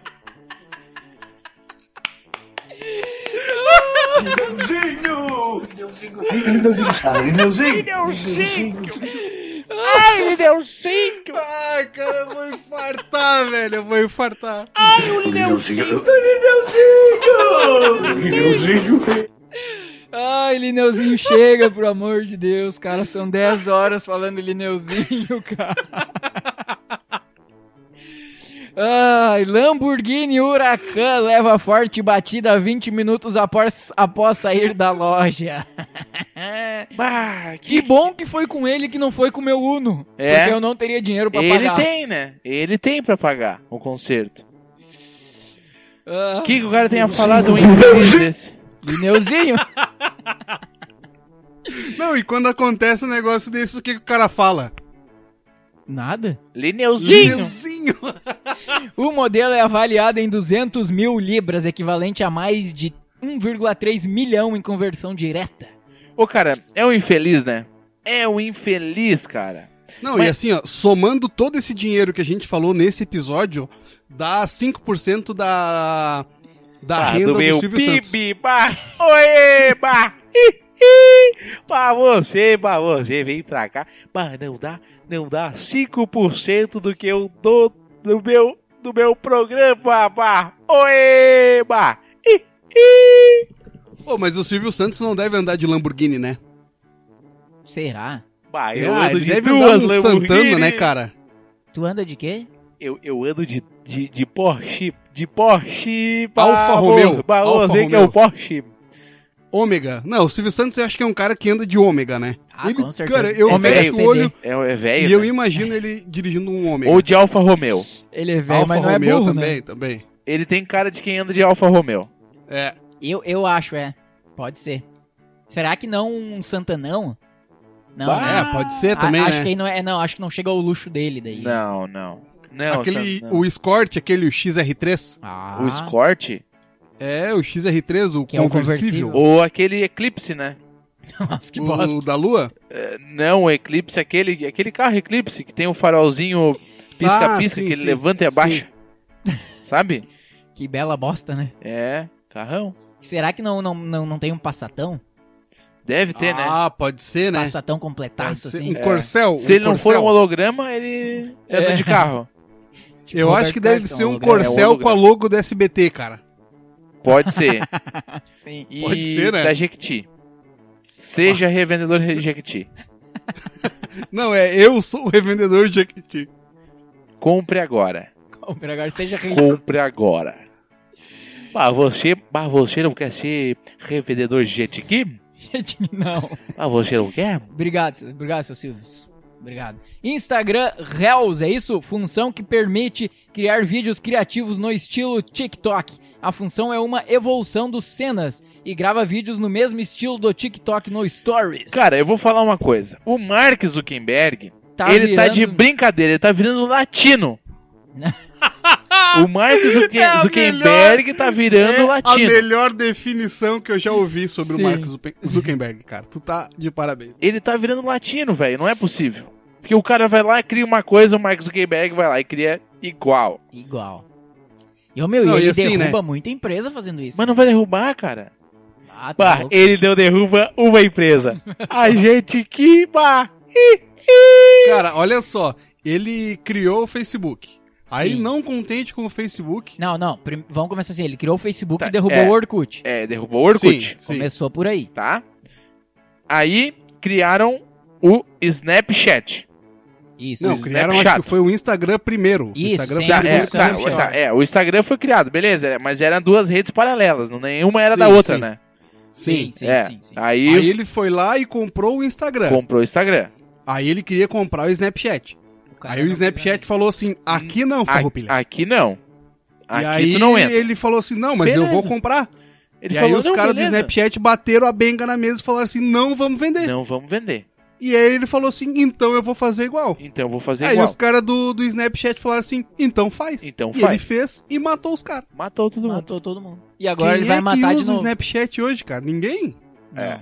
Speaker 4: Lindeuzinho! Lindeuzinho!
Speaker 3: Ai, Lineuzinho!
Speaker 2: Ai, cara, eu vou infartar, velho, eu vou infartar.
Speaker 4: Lindeuzinho! Lindeuzinho! Lindeuzinho!
Speaker 1: Ai, Lineuzinho, chega, por amor de Deus, cara. São 10 horas falando Lineuzinho, cara. Ai, Lamborghini Huracan leva forte batida 20 minutos após, após sair da loja.
Speaker 3: Bah,
Speaker 1: Que
Speaker 3: que
Speaker 1: bom que foi com ele que não foi com o meu Uno.
Speaker 3: É.
Speaker 1: Porque eu não teria dinheiro pra
Speaker 3: Ele
Speaker 1: pagar.
Speaker 3: tem, né? Ele tem pra pagar o concerto.
Speaker 1: Ah,
Speaker 3: O que, que o cara tem a falar do infeliz desse?
Speaker 1: Lineuzinho.
Speaker 2: Não, e quando acontece um negócio desse, o que, que o cara fala?
Speaker 1: Nada.
Speaker 3: Lineuzinho!
Speaker 2: Lineuzinho!
Speaker 1: O modelo é avaliado em 200 mil libras, equivalente a mais de 1,3 milhão em conversão direta.
Speaker 3: Ô, cara, é um infeliz, né? É um infeliz, cara.
Speaker 2: Não,
Speaker 3: Mas-
Speaker 2: e assim, ó, somando todo esse dinheiro que a gente falou nesse episódio, dá 5% da, da
Speaker 3: Ah,
Speaker 2: renda do,
Speaker 3: meu
Speaker 2: Silvio Santos.
Speaker 3: PIB, bah, oê, bah, hi, hi. Bah, você, bah, você, vem pra cá. Bah, não dá, não dá 5% do que eu dou do meu, do meu programa, bah, oê, bah, hi, hi.
Speaker 2: Pô, mas o Silvio Santos não deve andar de Lamborghini, né?
Speaker 1: Será?
Speaker 3: Bah, eu
Speaker 2: ah,
Speaker 3: ando
Speaker 2: ele
Speaker 3: de
Speaker 2: deve
Speaker 3: duas
Speaker 2: andar um Santana,
Speaker 3: Lamborghini.
Speaker 2: né, cara?
Speaker 1: Tu anda de quê?
Speaker 3: Eu, eu ando de, de, de Porsche. De Porsche. pra-
Speaker 2: Alfa Romeo,
Speaker 3: pra
Speaker 2: Alfa
Speaker 3: você que é
Speaker 2: Romeo.
Speaker 3: o Porsche.
Speaker 2: Ômega. Não, o Silvio Santos eu acho que é um cara que anda de Ômega, né?
Speaker 1: Ah,
Speaker 2: Ele-
Speaker 1: com certeza.
Speaker 2: Cara, eu
Speaker 1: É velho.
Speaker 2: fecho o olho
Speaker 3: É, é velho.
Speaker 2: e eu
Speaker 3: né?
Speaker 2: imagino ele dirigindo um Ômega.
Speaker 3: Ou de Alfa Romeo.
Speaker 1: Ele é velho, mas não é burro,
Speaker 2: também,
Speaker 1: né?
Speaker 2: também.
Speaker 3: Ele tem cara de quem anda de Alfa Romeo.
Speaker 2: É.
Speaker 1: Eu, eu acho, é. Pode ser. Será que não um Santanão? Não,
Speaker 3: Bah,
Speaker 1: né?
Speaker 2: É, pode ser
Speaker 1: A-
Speaker 2: também,
Speaker 1: acho
Speaker 2: né?
Speaker 1: que aí não é, não, acho que não chega ao luxo dele daí.
Speaker 3: Não, não. Não,
Speaker 2: aquele,
Speaker 3: Santos, não.
Speaker 2: o Escort, aquele o XR3.
Speaker 1: Ah,
Speaker 3: O Escort
Speaker 2: É, o XR3, o
Speaker 1: Que é o
Speaker 2: conversível.
Speaker 1: conversível.
Speaker 3: ou aquele Eclipse, né?
Speaker 1: nossa, que
Speaker 2: o,
Speaker 1: bosta.
Speaker 2: da Lua?
Speaker 3: É, Não, o Eclipse, aquele, aquele carro Eclipse que tem o farolzinho
Speaker 2: Ah,
Speaker 3: pisca-pisca
Speaker 2: sim,
Speaker 3: que ele
Speaker 2: sim.
Speaker 3: levanta e abaixa. Sabe?
Speaker 1: Que bela bosta, né?
Speaker 3: É, carrão.
Speaker 1: Será que não, não, não, não tem um passatão?
Speaker 3: Deve ter, né?
Speaker 2: Ah, pode ser, né?
Speaker 1: Passatão
Speaker 2: Pode
Speaker 1: completaço,
Speaker 2: ser.
Speaker 1: assim?
Speaker 2: Um corcel.
Speaker 3: Se
Speaker 2: um
Speaker 3: ele não for
Speaker 2: corcel. É.
Speaker 3: um holograma, ele anda de carro.
Speaker 1: Tipo
Speaker 2: Eu acho
Speaker 1: Roberto né?
Speaker 2: que deve
Speaker 1: Carson,
Speaker 2: ser um
Speaker 1: holograma.
Speaker 3: É,
Speaker 2: corcel
Speaker 3: holograma.
Speaker 2: com a logo do SBT, cara.
Speaker 3: Pode ser.
Speaker 1: Sim.
Speaker 3: E
Speaker 2: Pode ser, né?
Speaker 3: da Jequiti. Seja revendedor de Jequiti.
Speaker 2: Não, é eu sou o revendedor de Jequiti.
Speaker 3: Compre agora.
Speaker 1: Compre agora, seja rico.
Speaker 3: Compre agora. Mas você, mas você não quer ser revendedor de Jequiti?
Speaker 1: Gente, não.
Speaker 3: Mas você não quer?
Speaker 1: Obrigado, seu- obrigado, seu Silvius. Obrigado. Instagram Reels, é isso? Função que permite criar vídeos criativos no estilo TikTok. A função é uma evolução dos cenas e grava vídeos no mesmo estilo do TikTok no Stories.
Speaker 3: Cara, eu vou falar uma coisa. O Mark Zuckerberg,
Speaker 1: Tá
Speaker 3: ele tá
Speaker 1: virando-
Speaker 3: de brincadeira, ele tá virando latino. o Mark Zucke-
Speaker 2: É a
Speaker 3: Zuckerberg tá virando
Speaker 2: é a
Speaker 3: latino.
Speaker 2: melhor definição que eu já ouvi sobre
Speaker 1: Sim.
Speaker 2: o Mark Zupe- Zuckerberg, cara. Tu tá de parabéns.
Speaker 3: Ele tá virando latino, velho. Não é possível. Porque o cara vai lá e cria uma coisa, o Mark Zuckerberg vai lá e cria igual.
Speaker 1: Igual. E, ô, meu,
Speaker 2: Não,
Speaker 1: e ele
Speaker 2: e assim,
Speaker 1: derruba muita empresa fazendo isso.
Speaker 3: Mas não vai derrubar, cara.
Speaker 1: Ah, tá
Speaker 3: Bah,
Speaker 1: louco.
Speaker 3: ele não derruba uma empresa. A gente que bah.
Speaker 2: Cara, olha só. Ele criou o Facebook. Aí,
Speaker 1: Sim.
Speaker 2: não contente com o Facebook.
Speaker 1: Não, não. prim- Vamos começar assim. Ele criou o Facebook
Speaker 3: Tá,
Speaker 1: e derrubou
Speaker 3: é.
Speaker 1: o Orkut.
Speaker 3: É, derrubou o Orkut,
Speaker 2: Sim, sim.
Speaker 1: Começou por aí.
Speaker 3: tá? Aí criaram o Snapchat.
Speaker 1: Isso.
Speaker 2: Não,
Speaker 3: o
Speaker 2: criaram, acho
Speaker 3: Snapchat.
Speaker 2: que foi o Instagram primeiro.
Speaker 1: Isso,
Speaker 2: o Instagram
Speaker 1: sim.
Speaker 3: Tá,
Speaker 1: Sempre
Speaker 3: é,
Speaker 1: foi
Speaker 3: tá,
Speaker 1: Snapchat.
Speaker 3: tá, é, o Instagram foi criado, beleza, é, mas eram duas redes paralelas, não nenhuma era
Speaker 2: Sim,
Speaker 3: da outra,
Speaker 2: sim.
Speaker 3: né?
Speaker 1: Sim,
Speaker 2: Sim. Tá.
Speaker 1: sim,
Speaker 3: é,
Speaker 1: sim. sim.
Speaker 3: Aí,
Speaker 2: Aí ele é. foi lá e comprou o Instagram.
Speaker 3: comprou o Instagram.
Speaker 2: Aí ele queria comprar o Snapchat.
Speaker 1: cara
Speaker 2: aí o
Speaker 1: não
Speaker 2: Snapchat falou assim: aqui não,
Speaker 3: A-
Speaker 2: Farroupilha.
Speaker 3: aqui não. Hum, Aqui
Speaker 2: e aí
Speaker 3: tu não entra.
Speaker 2: ele falou assim: não, mas eu
Speaker 3: Beleza.
Speaker 2: vou comprar.
Speaker 3: Ele
Speaker 2: e
Speaker 3: falou,
Speaker 2: aí os
Speaker 3: "Não,
Speaker 2: caras do
Speaker 3: beleza.
Speaker 2: Snapchat bateram a benga na mesa e falaram assim: não vamos vender.
Speaker 3: Não vamos vender.
Speaker 2: E aí ele falou assim: então eu vou fazer igual.
Speaker 3: Então eu vou fazer
Speaker 2: aí
Speaker 3: igual.
Speaker 2: os caras do, do Snapchat falaram assim: então faz.
Speaker 3: Então
Speaker 2: e
Speaker 3: faz.
Speaker 2: ele fez e matou os caras.
Speaker 3: Matou todo mundo.
Speaker 1: Matou todo mundo. E agora
Speaker 2: Quem
Speaker 1: ele vai
Speaker 2: é
Speaker 1: matar
Speaker 2: que
Speaker 1: de
Speaker 2: usa o
Speaker 1: novo.
Speaker 2: Snapchat hoje, cara? Ninguém.
Speaker 1: Não.
Speaker 3: É.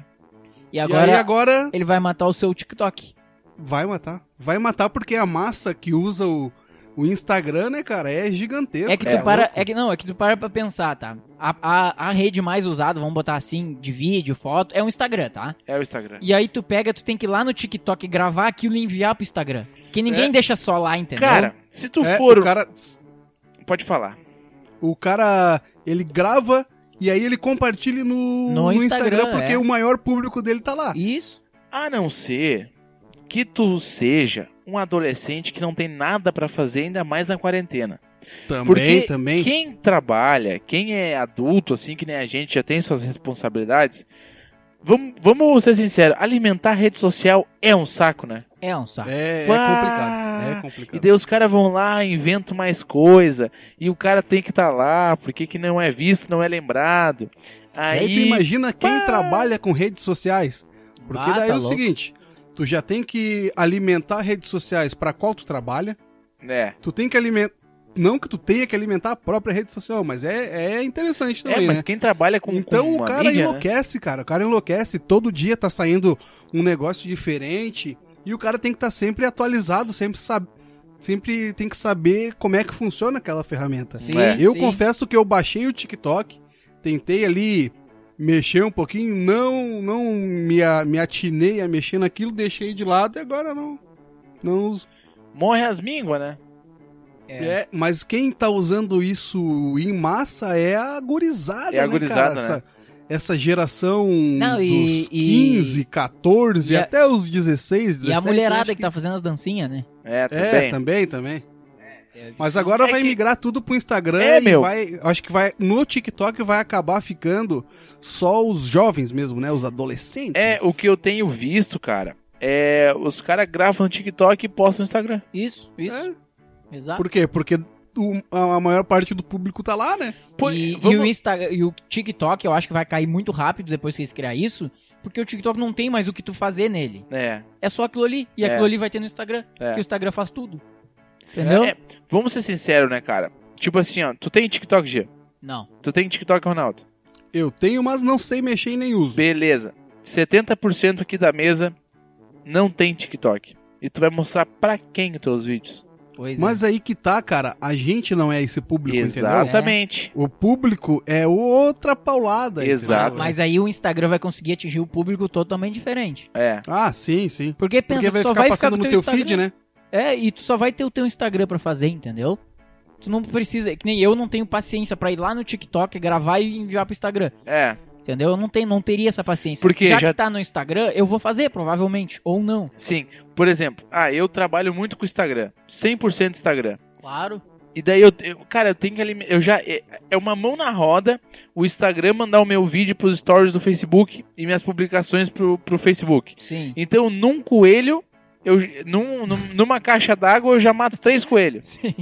Speaker 1: E
Speaker 2: E
Speaker 1: agora,
Speaker 2: aí agora
Speaker 1: ele vai matar o seu TikTok.
Speaker 2: vai matar. Vai matar porque a massa que usa o, o Instagram, né, cara, é gigantesca.
Speaker 1: É que tu
Speaker 2: cara.
Speaker 1: para, é que não, é que tu para pra pensar, tá? A, a, a rede mais usada, vamos botar assim, de vídeo, foto, é o Instagram, tá?
Speaker 3: É o Instagram.
Speaker 1: E aí tu pega, tu tem que ir lá no TikTok gravar aquilo e enviar pro Instagram. Que ninguém deixa só lá, entendeu?
Speaker 3: Cara, se tu
Speaker 2: É,
Speaker 3: for.
Speaker 2: o cara,
Speaker 3: Pode falar.
Speaker 2: o cara, ele grava e aí ele compartilha no,
Speaker 1: No
Speaker 2: no
Speaker 1: Instagram,
Speaker 2: Instagram, porque
Speaker 1: é.
Speaker 2: o maior público dele tá lá.
Speaker 1: isso.
Speaker 3: A não ser que tu seja um adolescente que não tem nada pra fazer, ainda mais na quarentena.
Speaker 2: Também,
Speaker 3: Porque
Speaker 2: também.
Speaker 3: quem trabalha, quem é adulto, assim que nem a gente, já tem suas responsabilidades. Vamos, vamos ser sinceros, alimentar a rede social é um saco, né?
Speaker 1: É um saco.
Speaker 2: É, é
Speaker 3: Pá!
Speaker 2: complicado. É
Speaker 3: E
Speaker 2: complicado.
Speaker 3: daí os caras vão lá, inventam mais coisa, e o cara tem que estar lá, porque que não é visto, não é lembrado.
Speaker 2: Aí,
Speaker 3: Aí,
Speaker 2: tu imagina quem
Speaker 3: Pá!
Speaker 2: trabalha com redes sociais. Porque
Speaker 1: Ah,
Speaker 2: daí
Speaker 1: tá
Speaker 2: é o
Speaker 1: louco.
Speaker 2: seguinte, tu já tem que alimentar redes sociais pra qual tu trabalha,
Speaker 3: né?
Speaker 2: tu tem que alimentar... Não que tu tenha que alimentar a própria rede social, mas é, é interessante
Speaker 3: É,
Speaker 2: também,
Speaker 3: mas
Speaker 2: né?
Speaker 3: quem trabalha com,
Speaker 2: então
Speaker 3: com
Speaker 2: o
Speaker 3: uma
Speaker 2: cara
Speaker 3: mídia, né?
Speaker 2: enlouquece, cara. O cara enlouquece. Todo dia tá saindo um negócio diferente. E o cara tem que estar sempre atualizado, sempre sabe. Sempre tem que saber como é que funciona aquela ferramenta.
Speaker 1: Sim,
Speaker 3: É.
Speaker 2: Eu
Speaker 1: sim.
Speaker 2: confesso que eu baixei o TikTok, tentei ali mexer um pouquinho, não não me, a- me atinei a mexer naquilo, deixei de lado e agora não. Não uso.
Speaker 3: Morre as mínguas, né?
Speaker 1: É.
Speaker 2: É, mas quem tá usando isso em massa é a gurizada,
Speaker 3: É a
Speaker 2: né,
Speaker 3: gurizada,
Speaker 2: cara?
Speaker 3: né?
Speaker 2: Essa, essa geração
Speaker 1: Não, e-
Speaker 2: dos
Speaker 1: e-
Speaker 2: 15, 14,
Speaker 1: e a-
Speaker 2: até os 16, 17.
Speaker 1: E a
Speaker 2: eu acho
Speaker 1: mulherada que tá fazendo as dancinhas, né?
Speaker 3: É,
Speaker 2: É,
Speaker 3: também.
Speaker 2: também, também. Mas agora
Speaker 3: É
Speaker 2: vai
Speaker 3: que-
Speaker 2: migrar tudo pro Instagram
Speaker 3: É,
Speaker 2: e
Speaker 3: meu.
Speaker 2: vai. Acho que vai. No TikTok vai acabar ficando só os jovens mesmo, né? Os adolescentes.
Speaker 3: É, o que eu tenho visto, cara, é os caras gravam no TikTok e postam no Instagram.
Speaker 1: Isso, isso. tá.
Speaker 2: É.
Speaker 1: Exato.
Speaker 2: Por quê? Porque o- a a maior parte do público tá lá, né?
Speaker 3: Pô,
Speaker 1: e, e
Speaker 3: vamos-
Speaker 1: o Instagram e o TikTok, eu acho que vai cair muito rápido depois que eles criar isso, porque o TikTok não tem mais o que tu fazer nele.
Speaker 3: É.
Speaker 1: É só aquilo ali. E
Speaker 3: É.
Speaker 1: aquilo ali vai ter no Instagram.
Speaker 3: É.
Speaker 1: Porque o Instagram faz tudo. Entendeu?
Speaker 3: É, vamos ser sinceros, né, cara? Tipo assim, ó, tu tem TikTok, G?
Speaker 1: Não.
Speaker 3: Tu tem TikTok, Ronaldo?
Speaker 2: Eu tenho, mas não sei mexer e nem uso.
Speaker 3: Beleza. 70% aqui da mesa não tem TikTok. E tu vai mostrar pra quem os teus vídeos.
Speaker 1: Pois é.
Speaker 2: Mas aí que tá, cara, a gente não é esse público,
Speaker 1: né?
Speaker 2: entendeu?
Speaker 3: Exatamente.
Speaker 2: O público é outra paulada. entendeu?
Speaker 3: Exato.
Speaker 1: Mas aí o Instagram vai conseguir atingir o público totalmente diferente.
Speaker 3: É.
Speaker 2: Ah, sim, sim.
Speaker 1: Porque pensa,
Speaker 2: Porque
Speaker 1: tu
Speaker 2: vai
Speaker 1: só
Speaker 2: ficar
Speaker 1: vai ficar
Speaker 2: passando
Speaker 1: com o
Speaker 2: no
Speaker 1: teu,
Speaker 2: teu
Speaker 1: Instagram.
Speaker 2: feed, né?
Speaker 1: É, e tu só vai ter o teu Instagram pra fazer, entendeu? Tu não precisa, que nem eu não tenho paciência pra ir lá no TikTok, gravar e enviar pro Instagram,
Speaker 3: É.
Speaker 1: entendeu? Eu não tenho, não teria essa paciência.
Speaker 3: Porque
Speaker 1: já,
Speaker 3: já-
Speaker 1: que tá no Instagram, eu vou fazer, provavelmente, ou não.
Speaker 3: Sim. Por exemplo, ah, eu trabalho muito com Instagram. 100% Instagram.
Speaker 1: Claro.
Speaker 3: E daí eu, eu- cara, eu tenho que alimentar. Eu já. É, é uma mão na roda o Instagram mandar o meu vídeo pros stories do Facebook e minhas publicações pro, pro Facebook.
Speaker 1: Sim.
Speaker 3: Então, num coelho, eu, num, num- numa caixa d'água, eu já mato três coelhos.
Speaker 1: Sim.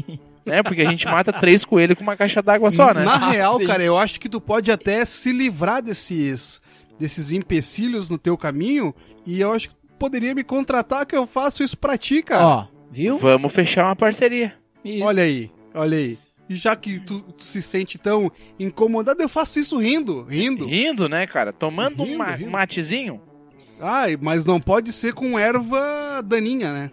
Speaker 3: Né? Porque a gente mata três coelhos com uma caixa d'água só, né?
Speaker 2: Na
Speaker 1: Ah,
Speaker 2: real,
Speaker 1: sim.
Speaker 2: cara, eu acho que tu pode até se livrar desses, desses empecilhos no teu caminho. E eu acho que tu poderia me contratar que eu faço isso pra ti, cara.
Speaker 1: Ó, viu?
Speaker 3: Vamos fechar uma parceria.
Speaker 1: Isso.
Speaker 2: Ah, Olha aí, olha aí. E já que tu, tu se sente tão incomodado, eu faço isso rindo, rindo.
Speaker 3: Rindo, né, cara? Tomando
Speaker 2: Rindo,
Speaker 3: um ma-
Speaker 2: rindo.
Speaker 3: matezinho.
Speaker 2: Ai, mas não pode ser com erva daninha, né?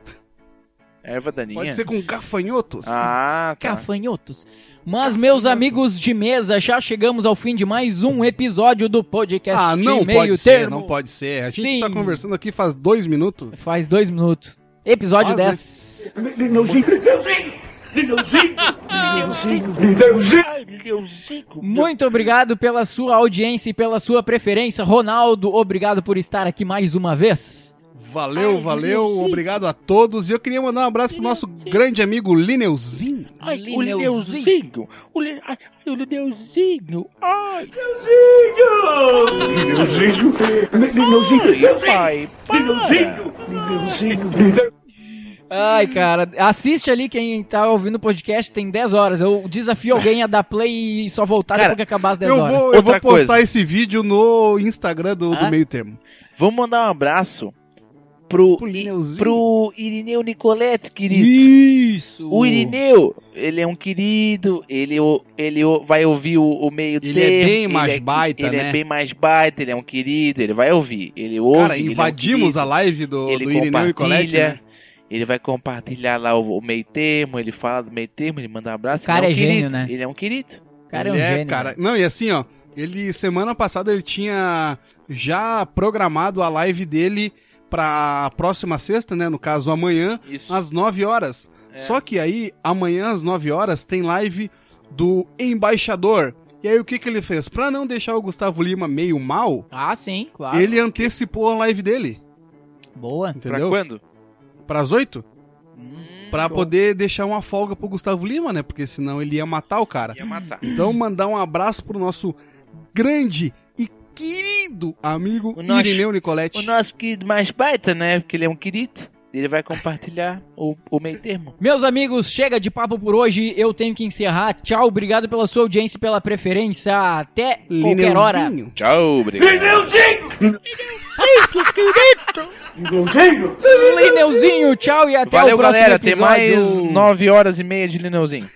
Speaker 3: Erva daninha.
Speaker 2: Pode ser com gafanhotos.
Speaker 3: Ah, tá.
Speaker 1: Gafanhotos. Mas, meus amigos de mesa, já chegamos ao fim de mais um episódio do podcast
Speaker 2: Ah, não
Speaker 1: Meio
Speaker 2: pode ser,
Speaker 1: Termo.
Speaker 2: não pode ser. A gente
Speaker 1: Sim.
Speaker 2: tá conversando aqui faz dois minutos.
Speaker 1: Faz dois minutos. Episódio
Speaker 2: Faz, né?
Speaker 1: 10.
Speaker 4: Lineuzinho, Lineuzinho, Lineuzinho, Lineuzinho, Lineuzinho.
Speaker 1: Muito obrigado pela sua audiência e pela sua preferência. Ronaldo, obrigado por estar aqui mais uma vez.
Speaker 2: Valeu, valeu, obrigado a todos. E eu queria mandar um abraço pro nosso grande amigo Lineuzinho.
Speaker 3: Ai, o
Speaker 1: Lineuzinho.
Speaker 3: Lineuzinho. O, Lin... Ai, o Lineuzinho. Ai,
Speaker 4: Lineuzinho, Lineuzinho,
Speaker 3: pai.
Speaker 4: Lineuzinho, Lineuzinho.
Speaker 1: Ai, cara, assiste ali quem tá ouvindo o podcast, tem 10 horas. Eu desafio alguém a dar play e só voltar
Speaker 3: Cara,
Speaker 1: depois que acabar as 10
Speaker 2: Eu
Speaker 1: horas.
Speaker 2: vou, eu vou
Speaker 3: Outra
Speaker 2: postar
Speaker 3: coisa.
Speaker 2: esse vídeo no Instagram do, do
Speaker 1: Ah.
Speaker 2: Meio Termo.
Speaker 3: Vamos mandar um abraço pro,
Speaker 2: Pro Lineuzinho.
Speaker 3: pro Irineu Nicoletti, querido.
Speaker 1: Isso!
Speaker 3: O Irineu, ele é um querido, ele, o- ele o- vai ouvir o, o meio
Speaker 2: Ele
Speaker 3: termo.
Speaker 2: é bem mais baita,
Speaker 3: ele
Speaker 2: né?
Speaker 3: é bem mais baita, ele é um querido, ele vai ouvir. Ele ouve,
Speaker 2: Cara, invadimos a live do,
Speaker 3: ele
Speaker 2: do Irineu e Colete,
Speaker 3: compartilha,
Speaker 2: né?
Speaker 3: Ele vai compartilhar lá o, o meio termo, ele fala do meio termo, ele manda um abraço.
Speaker 1: O cara
Speaker 3: ele
Speaker 1: é
Speaker 3: um
Speaker 1: gênio,
Speaker 3: querido,
Speaker 1: né?
Speaker 3: Ele é um querido.
Speaker 1: O cara é um
Speaker 2: Ele
Speaker 1: gênio.
Speaker 2: cara. Não, e assim, ó, ele semana passada ele tinha já programado a live dele pra próxima sexta, né, no caso amanhã,
Speaker 3: Isso.
Speaker 2: às 9 horas.
Speaker 3: É.
Speaker 2: Só que aí amanhã às 9 horas tem live do embaixador. E aí o que que ele fez? Pra não deixar o Gustavo Lima meio mal,
Speaker 1: Ah, sim, claro.
Speaker 2: ele antecipou a live dele,
Speaker 1: Boa.
Speaker 3: pra
Speaker 2: entendeu?
Speaker 3: quando?
Speaker 2: Para as 8?
Speaker 3: Hum,
Speaker 2: Pra
Speaker 1: Show.
Speaker 2: poder deixar uma folga pro Gustavo Lima, né? Porque senão ele ia matar o cara.
Speaker 3: ia matar.
Speaker 2: Então, mandar um abraço pro nosso grande e querido amigo
Speaker 3: O nosso-
Speaker 2: Irineu Nicoletti.
Speaker 3: O nosso querido mais baita, né? Porque ele é um querido. Ele vai compartilhar o, o meio termo.
Speaker 1: Meus amigos, chega de papo por hoje. Eu tenho que encerrar. Tchau, obrigado pela sua audiência e pela preferência. Até qualquer hora.
Speaker 2: Lineuzinho.
Speaker 3: Tchau, obrigado.
Speaker 4: Lineuzinho.
Speaker 1: Lineuzinho, tchau e até
Speaker 3: Valeu,
Speaker 1: o próximo
Speaker 3: galera. Tem
Speaker 1: episódio.
Speaker 3: mais um 9 horas e meia de Lineuzinho.